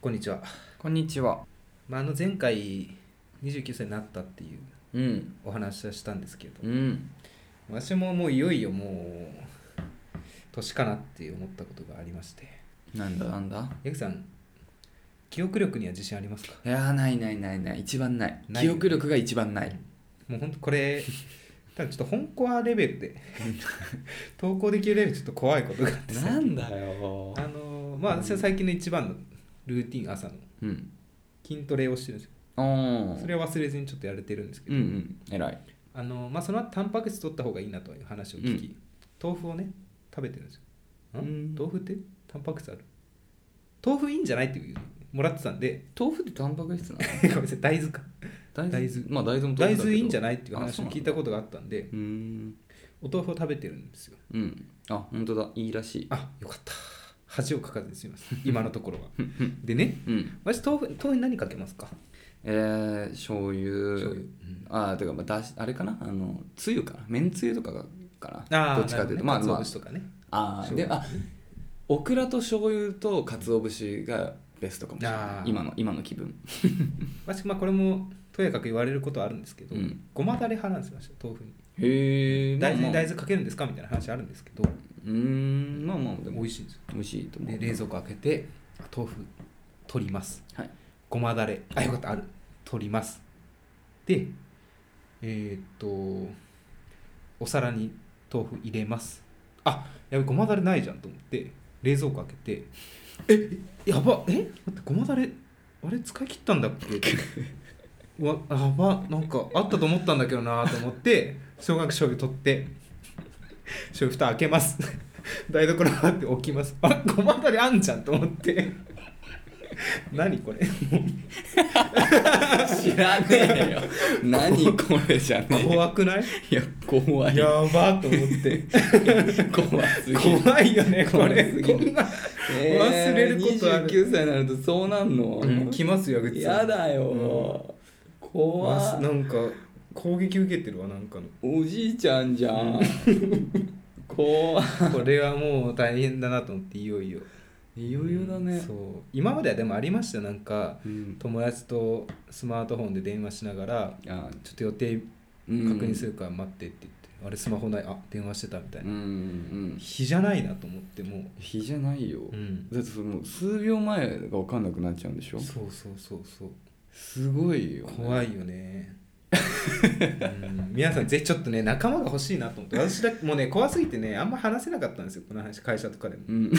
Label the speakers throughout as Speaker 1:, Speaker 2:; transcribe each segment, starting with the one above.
Speaker 1: こんにちは、
Speaker 2: こんにちは。
Speaker 1: まあ、あの前回29歳になったっていう
Speaker 2: うん。
Speaker 1: お話はしたんですけど
Speaker 2: うん。
Speaker 1: 私ももういよいよもう年かなって思ったことがありまして
Speaker 2: なんだなんだ
Speaker 1: ヤクさん記憶力には自信ありますか
Speaker 2: いやーないないないない。一番ない。
Speaker 1: ない
Speaker 2: 記憶力が一番ない。
Speaker 1: もうほんとこれ多分ちょっと本コアレベルで投稿できるレベルちょっと怖いことがあってさ
Speaker 2: なんだよ
Speaker 1: あのまあ私は最近の一番のルーティン朝の
Speaker 2: うん。
Speaker 1: 筋トレをしてるんですよ
Speaker 2: おー
Speaker 1: それは忘れずにちょっとやれてるんですけ
Speaker 2: う
Speaker 1: ど、
Speaker 2: んうん。偉い。
Speaker 1: あのまあ、その後タンパク質取った方がいいなという話を聞き、
Speaker 2: う
Speaker 1: 豆腐をね食べてるんですよ、ん
Speaker 2: うん
Speaker 1: 豆腐ってタンパク質ある豆腐いいんじゃないっていうもらってたん で
Speaker 2: 豆腐ってタンパク質 なの
Speaker 1: ごめんなさい大豆か
Speaker 2: 大
Speaker 1: 大
Speaker 2: 豆
Speaker 1: 豆
Speaker 2: まあ大豆も豆
Speaker 1: 大
Speaker 2: 腐だけど
Speaker 1: 豆いいんじゃないっていう
Speaker 2: あ
Speaker 1: 話
Speaker 2: そ
Speaker 1: を
Speaker 2: うなんだ
Speaker 1: 聞いたことがあったんで
Speaker 2: うーん。
Speaker 1: お豆腐を食べてるんですよ
Speaker 2: うん。あ、本当だ。いいらしい。
Speaker 1: あよかった恥をかかずにすみませ ん今のところはでね
Speaker 2: うん。
Speaker 1: 私豆腐豆腐に何かけますか
Speaker 2: えー、醤油。
Speaker 1: 醤油うん
Speaker 2: あーてかまあだしあれかなあのつゆかなめんつゆとかがかな
Speaker 1: あ
Speaker 2: どっちかというと、まあまあ
Speaker 1: 節とかね
Speaker 2: あーであオクラと醤油と鰹節がベストかもしれ
Speaker 1: あ
Speaker 2: な
Speaker 1: ー
Speaker 2: い今の今の気分
Speaker 1: 私まあこれもとやかく言われることはあるんですけど、
Speaker 2: うん
Speaker 1: ごまだれ派なんですよ私豆腐に
Speaker 2: へえ
Speaker 1: 大豆に
Speaker 2: まあ
Speaker 1: 大豆かけるんですかみたいな話あるんですけど
Speaker 2: うーんまあまあで
Speaker 1: で
Speaker 2: も
Speaker 1: も美味しいんですよ
Speaker 2: 美味しいと思
Speaker 1: で
Speaker 2: う
Speaker 1: 冷蔵庫開けてあ豆腐取ります
Speaker 2: はい
Speaker 1: ごまだれあよかったある取りますでえーっとお皿に豆腐入れますあやべごまだれないじゃんと思って冷蔵庫開けてえやばえ待ってごまだれあれ使い切ったんだっ けうわやばなんかあったと思ったんだけどなと思って小学醤油取って醤油蓋開けます台所あって置きますあごまだれあんじゃんと思 って何これ
Speaker 2: 知らねえ よ何これじゃねえ
Speaker 1: 怖くない
Speaker 2: いや怖い
Speaker 1: やばと思って
Speaker 2: 怖すぎる
Speaker 1: 怖いよねこ
Speaker 2: 怖
Speaker 1: れ
Speaker 2: すぎ
Speaker 1: こ
Speaker 2: る
Speaker 1: んな、
Speaker 2: えー
Speaker 1: 忘れることある
Speaker 2: 29歳になるとそうなんの、
Speaker 1: うん来ますよ口
Speaker 2: やだよ、
Speaker 1: う
Speaker 2: 怖
Speaker 1: わなんか攻撃受けてるわなんかの
Speaker 2: おじいちゃんじゃん怖
Speaker 1: これはもう大変だなと思っていよ いよ
Speaker 2: いよいよだね
Speaker 1: そう今まではでもありましたよなんか
Speaker 2: うん
Speaker 1: 友達とスマートフォンで電話しながら
Speaker 2: あ
Speaker 1: ちょっと予定
Speaker 2: うん
Speaker 1: 確認するから待ってって言って、あれスマホないあ電話してたみたい
Speaker 2: うん
Speaker 1: な、
Speaker 2: うん
Speaker 1: 日じゃないなと思っても
Speaker 2: 日じゃないよ、
Speaker 1: う、うん、
Speaker 2: だってその数秒前が分かんなくなっちゃうんでしょ
Speaker 1: そうそうそうそう
Speaker 2: すごいよ、ね、
Speaker 1: 怖いよねうん皆さんぜひちょっとね仲間が欲しいなと思って私だもうね怖すぎてねあんま話せなかったんですよこの話会社とかでも
Speaker 2: うん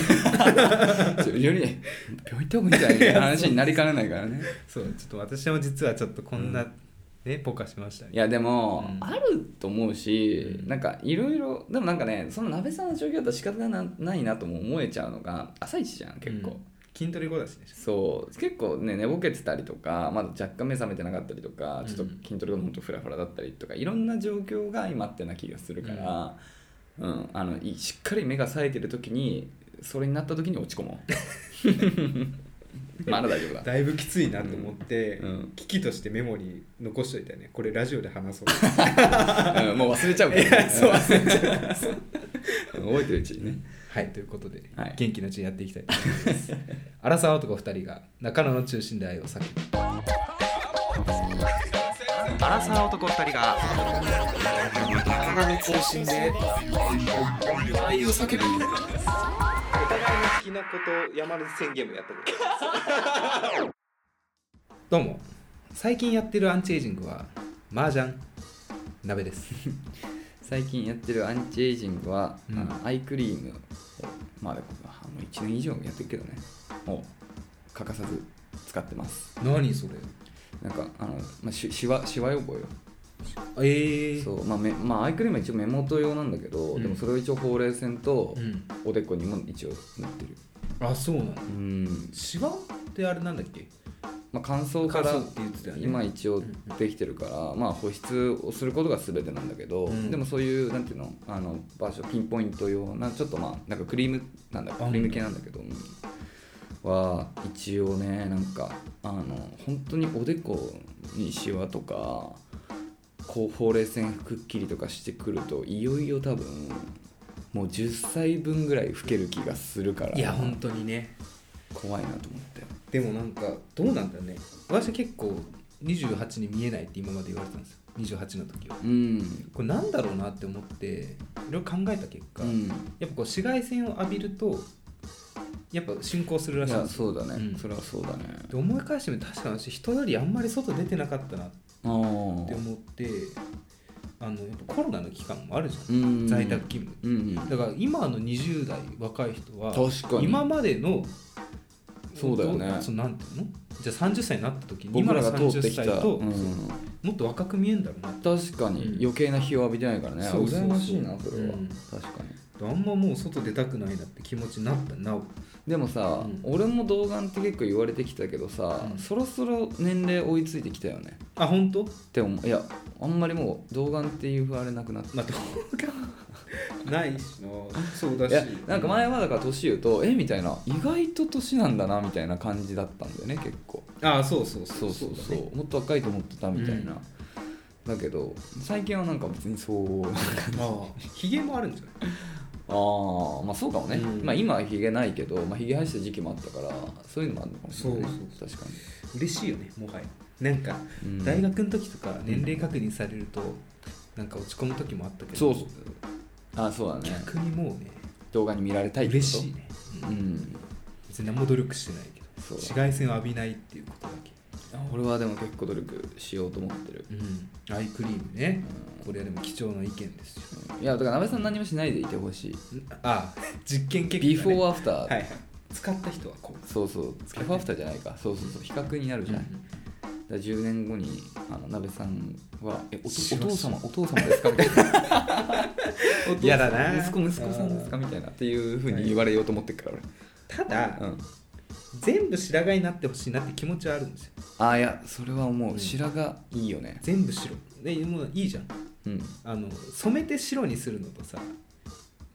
Speaker 2: それよりね病院行った方がいいんじゃないみたいな話になりかねないからね
Speaker 1: そうちょっと私も実はちょっとこんな、ねポカしました
Speaker 2: い
Speaker 1: ね
Speaker 2: やでも、
Speaker 1: うん
Speaker 2: あると思うし、
Speaker 1: うん
Speaker 2: なんかいろいろでもなんかねその鍋さんの状況だと仕方がなないなとも思えちゃうのが朝一じゃん結構、
Speaker 1: うん筋トレ後だしね
Speaker 2: そう結構ね寝ぼけてたりとかまだ若干目覚めてなかったりとか
Speaker 1: うん
Speaker 2: ちょっと筋トレが本当フラフラだったりとかいろんな状況が今ってな気がするから、うんあのいしっかり目が冴えてる時にそれになった時に落ち込も うまだ大丈夫だ
Speaker 1: だいぶきついなと思って、
Speaker 2: うん
Speaker 1: 危機としてメモに残しといたよねこれラジオで話そう
Speaker 2: うんもう忘れちゃうから、ね、そう忘れち ゃう覚えてるうちにね
Speaker 1: はいということで、
Speaker 2: はい
Speaker 1: 元気なうちにやっていきたいと思います 荒沢男2人が中野の中心で愛を叫ぶ
Speaker 3: アラサー男二人が体の中心で愛を叫ぶ
Speaker 1: お互いの好きなことを山根宣言もやったことあります どうも最近やってるアンチエイジングは麻雀鍋です
Speaker 2: 最近やってるアンチエイジングは、
Speaker 1: うん
Speaker 2: あのアイクリームをまあでもあもう1年以上やってるけどねもう欠かさず使ってます
Speaker 1: 何それ
Speaker 2: なんかあの、まあ、ししわしわ予防よ
Speaker 1: ええ
Speaker 2: そう、まあ、めまあアイクリームは一応目元用なんだけど、
Speaker 1: うん
Speaker 2: でもそれを一応ほうれい線と
Speaker 1: ん、
Speaker 2: おでこにも一応塗ってる
Speaker 1: あそうなの
Speaker 2: うん、
Speaker 1: シワってあれなんだっけ
Speaker 2: まあ、乾燥から
Speaker 1: 乾燥って言ってたよね
Speaker 2: 今一
Speaker 1: う
Speaker 2: 応
Speaker 1: んうん
Speaker 2: できてるから、まあ、保湿をすることが全てなんだけど、
Speaker 1: うん
Speaker 2: でもそういうなんていうのあの場所ピンポイント用なちょっとまあなんかクリームなんだ
Speaker 1: あ
Speaker 2: クリーム系なんだけど、うんは一応ねなんかあの本当におでこにシワとかこうほうれい線くっきりとかしてくるといよいよ多分もう10歳分ぐらい老ける気がするから
Speaker 1: いや本当にね
Speaker 2: 怖いなと思って
Speaker 1: でもなんかどうなんだろうね私結構28に見えないって今まで言われてたんですよ28の時は
Speaker 2: うん
Speaker 1: これなんだろうなって思っていろいろ考えた結果、
Speaker 2: うん
Speaker 1: やっぱこう紫外線を浴びるとやっぱ進行するら
Speaker 2: い
Speaker 1: しいん
Speaker 2: や
Speaker 1: ですよ
Speaker 2: そうだね、
Speaker 1: うん
Speaker 2: それはそうだね
Speaker 1: で思い返してみると確かに私人よりあんまり外出てなかったなっ
Speaker 2: あ
Speaker 1: て
Speaker 2: あ
Speaker 1: 思ってあのやっぱコロナの期間もあるじゃん、
Speaker 2: うん
Speaker 1: 在宅勤務
Speaker 2: うんうん
Speaker 1: だから今の20代若い人は
Speaker 2: 確かに
Speaker 1: 今までの
Speaker 2: そうだよね
Speaker 1: どそのなんていうのじゃあ30歳になった時に
Speaker 2: 僕
Speaker 1: 今の
Speaker 2: らが通って
Speaker 1: 30
Speaker 2: きた、
Speaker 1: 歳と、
Speaker 2: うん、
Speaker 1: もっと若く見えるんだろうな
Speaker 2: 確かに
Speaker 1: うん
Speaker 2: 余計な日を浴びてないからね、
Speaker 1: そうそうそう
Speaker 2: 羨ましいなそれは、
Speaker 1: うん
Speaker 2: 確かに
Speaker 1: とあんまもう外出たくないなって気持ちになったなお
Speaker 2: でもさ、
Speaker 1: うん
Speaker 2: 俺も童顔って結構言われてきたけどさ、
Speaker 1: うん
Speaker 2: そろそろ年齢追いついてきたよね
Speaker 1: あ本当
Speaker 2: って思ういやあんまりもう童顔っていう風あれなくなって
Speaker 1: まあ動画 ないしなそうだ
Speaker 2: いやなんか前はだから年言うとえみたいな意外と年なんだなみたいな感じだったんだよね結構
Speaker 1: あそうそうそ
Speaker 2: そううそうそ
Speaker 1: だ
Speaker 2: う、
Speaker 1: ね
Speaker 2: もっと若いと思ってたみたいな、
Speaker 1: うん
Speaker 2: だけど最近はなんか別にそう
Speaker 1: ああひげもあるんじゃない
Speaker 2: ああまあそうかもね、
Speaker 1: うん
Speaker 2: まあ今はヒゲないけど、まあ、ヒゲ生やした時期もあったからそういうのもあるのかもしれない、ね、
Speaker 1: そう
Speaker 2: 確かに、
Speaker 1: 嬉しいよねもはやなんか
Speaker 2: うん
Speaker 1: 大学の時とか年齢確認されるとなんか落ち込む時もあったけど
Speaker 2: そうそうあそうだね
Speaker 1: 逆にもうね
Speaker 2: 動画に見られたいってこ
Speaker 1: 嬉
Speaker 2: と
Speaker 1: しいねう
Speaker 2: うんん
Speaker 1: 別に何も努力してないけど
Speaker 2: そう
Speaker 1: 紫外線を浴びないっていうことだけ
Speaker 2: 俺はでも結構努力しようと思ってる、
Speaker 1: うんアイクリームね
Speaker 2: う
Speaker 1: これはでも貴重な意見ですよ
Speaker 2: んいやだから鍋さん何もしないでいてほしい
Speaker 1: ああ実験結果、ね、
Speaker 2: ビフォーアフター、
Speaker 1: はいはい使った人はこう
Speaker 2: そうそうビフォーアフターじゃないかそうそうそう比較になるじゃない、だから10年後にあの鍋さんは「えおとお
Speaker 1: します
Speaker 2: 父様お父様ですか?」みた いなお父様
Speaker 1: 嫌だな
Speaker 2: 息子息子さんですか?」みたいなっていうふう
Speaker 1: は
Speaker 2: に
Speaker 1: い
Speaker 2: 言われようと思ってるから
Speaker 1: ただ、
Speaker 2: 俺、うん、
Speaker 1: 全部白髪になってほしいなって気持ちはあるんですよ
Speaker 2: あいやそれはも
Speaker 1: う
Speaker 2: うん白髪いいよね
Speaker 1: 全部白でもういいじゃん
Speaker 2: うん
Speaker 1: あの染めて白にするのとさ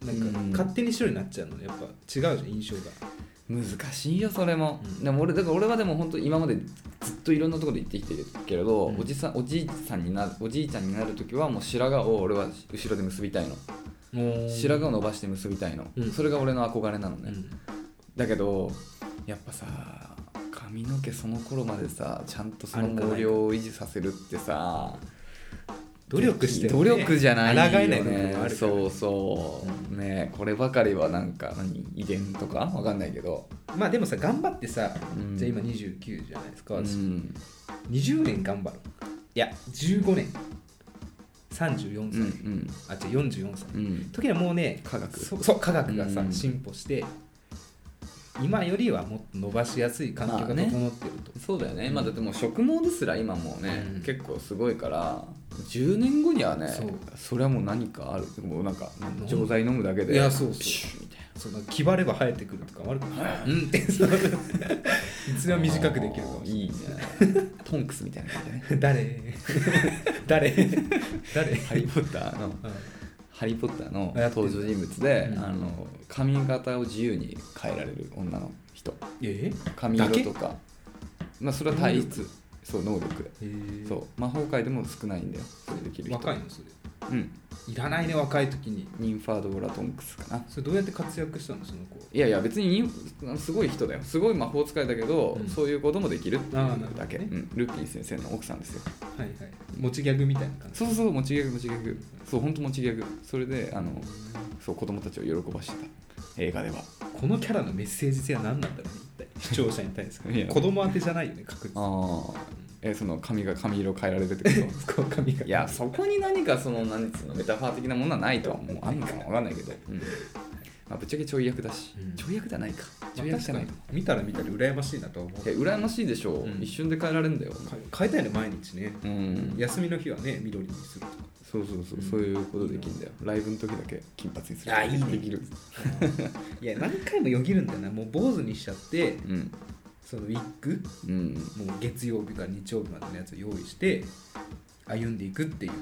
Speaker 1: なんか
Speaker 2: うん
Speaker 1: 勝手に白になっちゃうのやっぱ違うじゃん印象が
Speaker 2: 難しいよそれも、
Speaker 1: うん
Speaker 2: でも俺だから俺はでも本当今までずっといろんなところで行ってきてるけれど、
Speaker 1: うん
Speaker 2: おじさんおじいさんになおじいちゃんになる時はもう白髪を俺は後ろで結びたいの白髪を伸ばして結びたいの、
Speaker 1: うん
Speaker 2: それが俺の憧れなの
Speaker 1: う
Speaker 2: ね、
Speaker 1: ん
Speaker 2: だけどやっぱさ髪の毛その頃までさちゃんとその
Speaker 1: 歩かない
Speaker 2: 毛量を維持させるってさ
Speaker 1: 努力しても
Speaker 2: 努
Speaker 1: ね
Speaker 2: 力じゃないよね
Speaker 1: 抗えない部分もあるから
Speaker 2: そうそうねこればかりはなんか何遺伝とかわかんないけど、
Speaker 1: まあでもさ頑張ってさ、
Speaker 2: うん
Speaker 1: じゃあ今29じゃないですか
Speaker 2: う
Speaker 1: 私、
Speaker 2: ん
Speaker 1: 20年頑張るいや15年34
Speaker 2: う
Speaker 1: 歳、
Speaker 2: ん
Speaker 1: あじゃあ44歳、
Speaker 2: うんうん
Speaker 1: 時はもうね
Speaker 2: 科学
Speaker 1: そそう科学がさ、
Speaker 2: うん
Speaker 1: 進歩して今よりはもっと伸ばしやすい環境が
Speaker 2: まあ
Speaker 1: 整
Speaker 2: ね
Speaker 1: ってると、
Speaker 2: そうだよね、
Speaker 1: うん
Speaker 2: まあだってもう植毛ですら今もうね、
Speaker 1: うん
Speaker 2: 結構すごいから10年後にはね
Speaker 1: そう
Speaker 2: それはもう何かあるもうなんか
Speaker 1: ん
Speaker 2: 錠剤飲むだけで
Speaker 1: いやそうそう
Speaker 2: ピシュッみたいな
Speaker 1: その気張れば生えてくるとかもあるかもうんってそのいつでも短くできるかもし
Speaker 2: いいねトンクスみたいな感じだね
Speaker 1: れない 誰誰誰
Speaker 2: ハリー・ポッターの
Speaker 1: うん
Speaker 2: ハリー・ポッターの
Speaker 1: あやってんだ
Speaker 2: 登場人物で、
Speaker 1: うん
Speaker 2: あの髪型を自由に変えられる女の人
Speaker 1: え
Speaker 2: 髪
Speaker 1: だけ
Speaker 2: 色とかまあそれは体質そう能力
Speaker 1: えー
Speaker 2: そう魔法界でも少ないんだよそれできる人
Speaker 1: 若いのそれ
Speaker 2: うん
Speaker 1: いらないね若い時に
Speaker 2: ニンファード・オラ・トンクスかな
Speaker 1: それどうやって活躍したのその子
Speaker 2: いやいや別にニンすごい人だよすごい魔法使いだけど、
Speaker 1: うん
Speaker 2: そういうこともできるってい
Speaker 1: あーなるほど
Speaker 2: う
Speaker 1: ね
Speaker 2: だけ、うんルーピン先生の奥さんですよ
Speaker 1: はいはい持ちギャグみたいな感じ
Speaker 2: そうそうそう持ちギャグ持ちギャグそう本当持ちギャグそれであのそう子供たちを喜ばしてた映画では
Speaker 1: このキャラのメッセージ性は何なんだろうね一体視聴者に対す
Speaker 2: い
Speaker 1: る
Speaker 2: や
Speaker 1: 子供宛てじゃないよね確実に
Speaker 2: ああえその髪が髪色変えられるってこ
Speaker 1: こう髪が
Speaker 2: と いやそこに何かその何つうのメタファー的なものはないとはもうあんのかな分かんないけど、うんまあ、ぶっちゃけちょい役だし、
Speaker 1: うん
Speaker 2: ちょい役じゃないか
Speaker 1: ま
Speaker 2: ちょ
Speaker 1: あ
Speaker 2: い役
Speaker 1: 確
Speaker 2: じ
Speaker 1: か
Speaker 2: ゃない
Speaker 1: に
Speaker 2: か
Speaker 1: 見たら見たら羨ましいなとは思う
Speaker 2: え羨ましいでしょう、
Speaker 1: うん
Speaker 2: 一瞬で変えられるんだよ
Speaker 1: か変えたいね毎日ね
Speaker 2: うん
Speaker 1: 休みの日はね緑にすると か
Speaker 2: そうそうそう、
Speaker 1: うん
Speaker 2: そういうことできるんだよライブの時だけ金髪にする
Speaker 1: あいいね
Speaker 2: できる
Speaker 1: いや何回もよぎるんだよなもう坊主にしちゃって
Speaker 2: うん
Speaker 1: そのウィッグ
Speaker 2: うん
Speaker 1: もう月曜日から日曜日までのやつを用意して歩んでいくっていう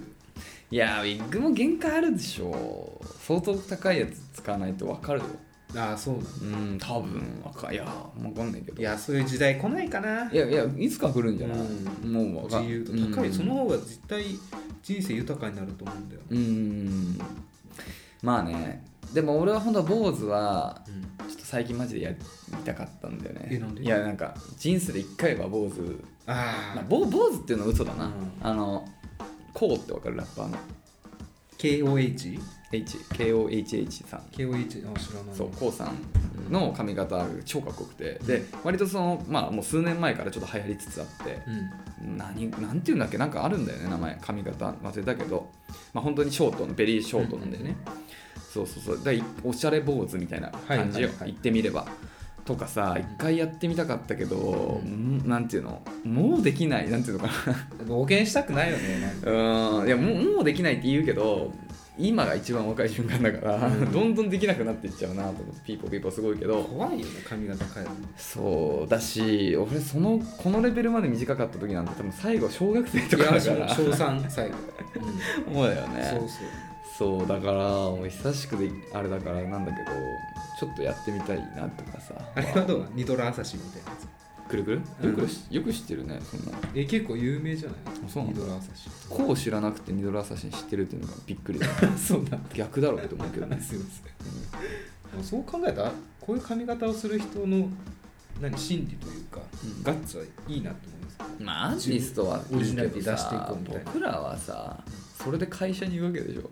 Speaker 2: いやーウィッグも限界あるでしょ相当高いやつ使わないと分かるよ
Speaker 1: ああそうなんだ
Speaker 2: うん多分分かいやー分かんないけど
Speaker 1: いやそういう時代来ないかない
Speaker 2: やいやいつか来るんじゃない、
Speaker 1: う
Speaker 2: もうわか
Speaker 1: 自由度高い、
Speaker 2: うん
Speaker 1: その方が絶対人生豊かになると思うんだよ、
Speaker 2: うんまあねでも俺は本当は坊主は
Speaker 1: うん
Speaker 2: ちょっと最近マジでやりたかったんだよね
Speaker 1: えなんで
Speaker 2: いやなんか人生で1回は坊主、まあ、
Speaker 1: ああ
Speaker 2: 坊坊主っていうのは嘘だな、
Speaker 1: うん
Speaker 2: あのこうってわかるラッパーの
Speaker 1: KOH?KOH
Speaker 2: HKOHH さん
Speaker 1: あ知らない
Speaker 2: そうこうさんの髪型が超かっこよくてで割とそのまあもう数年前からちょっと流行りつつあって
Speaker 1: うん
Speaker 2: 何なんていうんだっけなんかあるんだよね名前髪型忘れたけどまあ本当にショートのベリーショートなんだよね、そうそうそうだからいおしゃれ坊主みたいな感じよ、
Speaker 1: はいはいはい
Speaker 2: 言ってみればとかさ一回やってみたかったけど、んなんていうのもうできないなんていう のか
Speaker 1: 冒険したくないよねなんか
Speaker 2: なうーんいやもうもうできないって言うけど今が一番若い瞬間だから、
Speaker 1: うん
Speaker 2: どんどんできなくなっていっちゃうなと思ってピーポーピーポーすごいけど
Speaker 1: 怖いよね髪型変えるの
Speaker 2: そうだし俺そのこのレベルまで短かった時なんて多分最後小学生とかだ
Speaker 1: い
Speaker 2: か
Speaker 1: や
Speaker 2: ら
Speaker 1: 小賛最後、うん
Speaker 2: そうだよね
Speaker 1: そうそう
Speaker 2: そうだからもう久しくであれだからなんだけどちょっとやってみたいなとかさ
Speaker 1: あれはどうなニドラ朝日みたいなやつ
Speaker 2: くるくる
Speaker 1: うん
Speaker 2: よくしよく知ってるねそんな
Speaker 1: え結構有名じゃない
Speaker 2: そうなん
Speaker 1: ニ
Speaker 2: だ
Speaker 1: ドラ朝日
Speaker 2: こう知らなくてニドラサシン知ってるっていうのがびっくりだ
Speaker 1: そうなん
Speaker 2: 逆だろうと思うけど
Speaker 1: だ
Speaker 2: ね
Speaker 1: すいませんでもそう考えたらこういう髪型をする人の何心理というか、
Speaker 2: うん
Speaker 1: ガッツはいいなと思います
Speaker 2: まあアーティストはいいけどさ
Speaker 1: オリジナリティ出していこうみたいな
Speaker 2: 僕らはさそれで会社に行くわけでしょ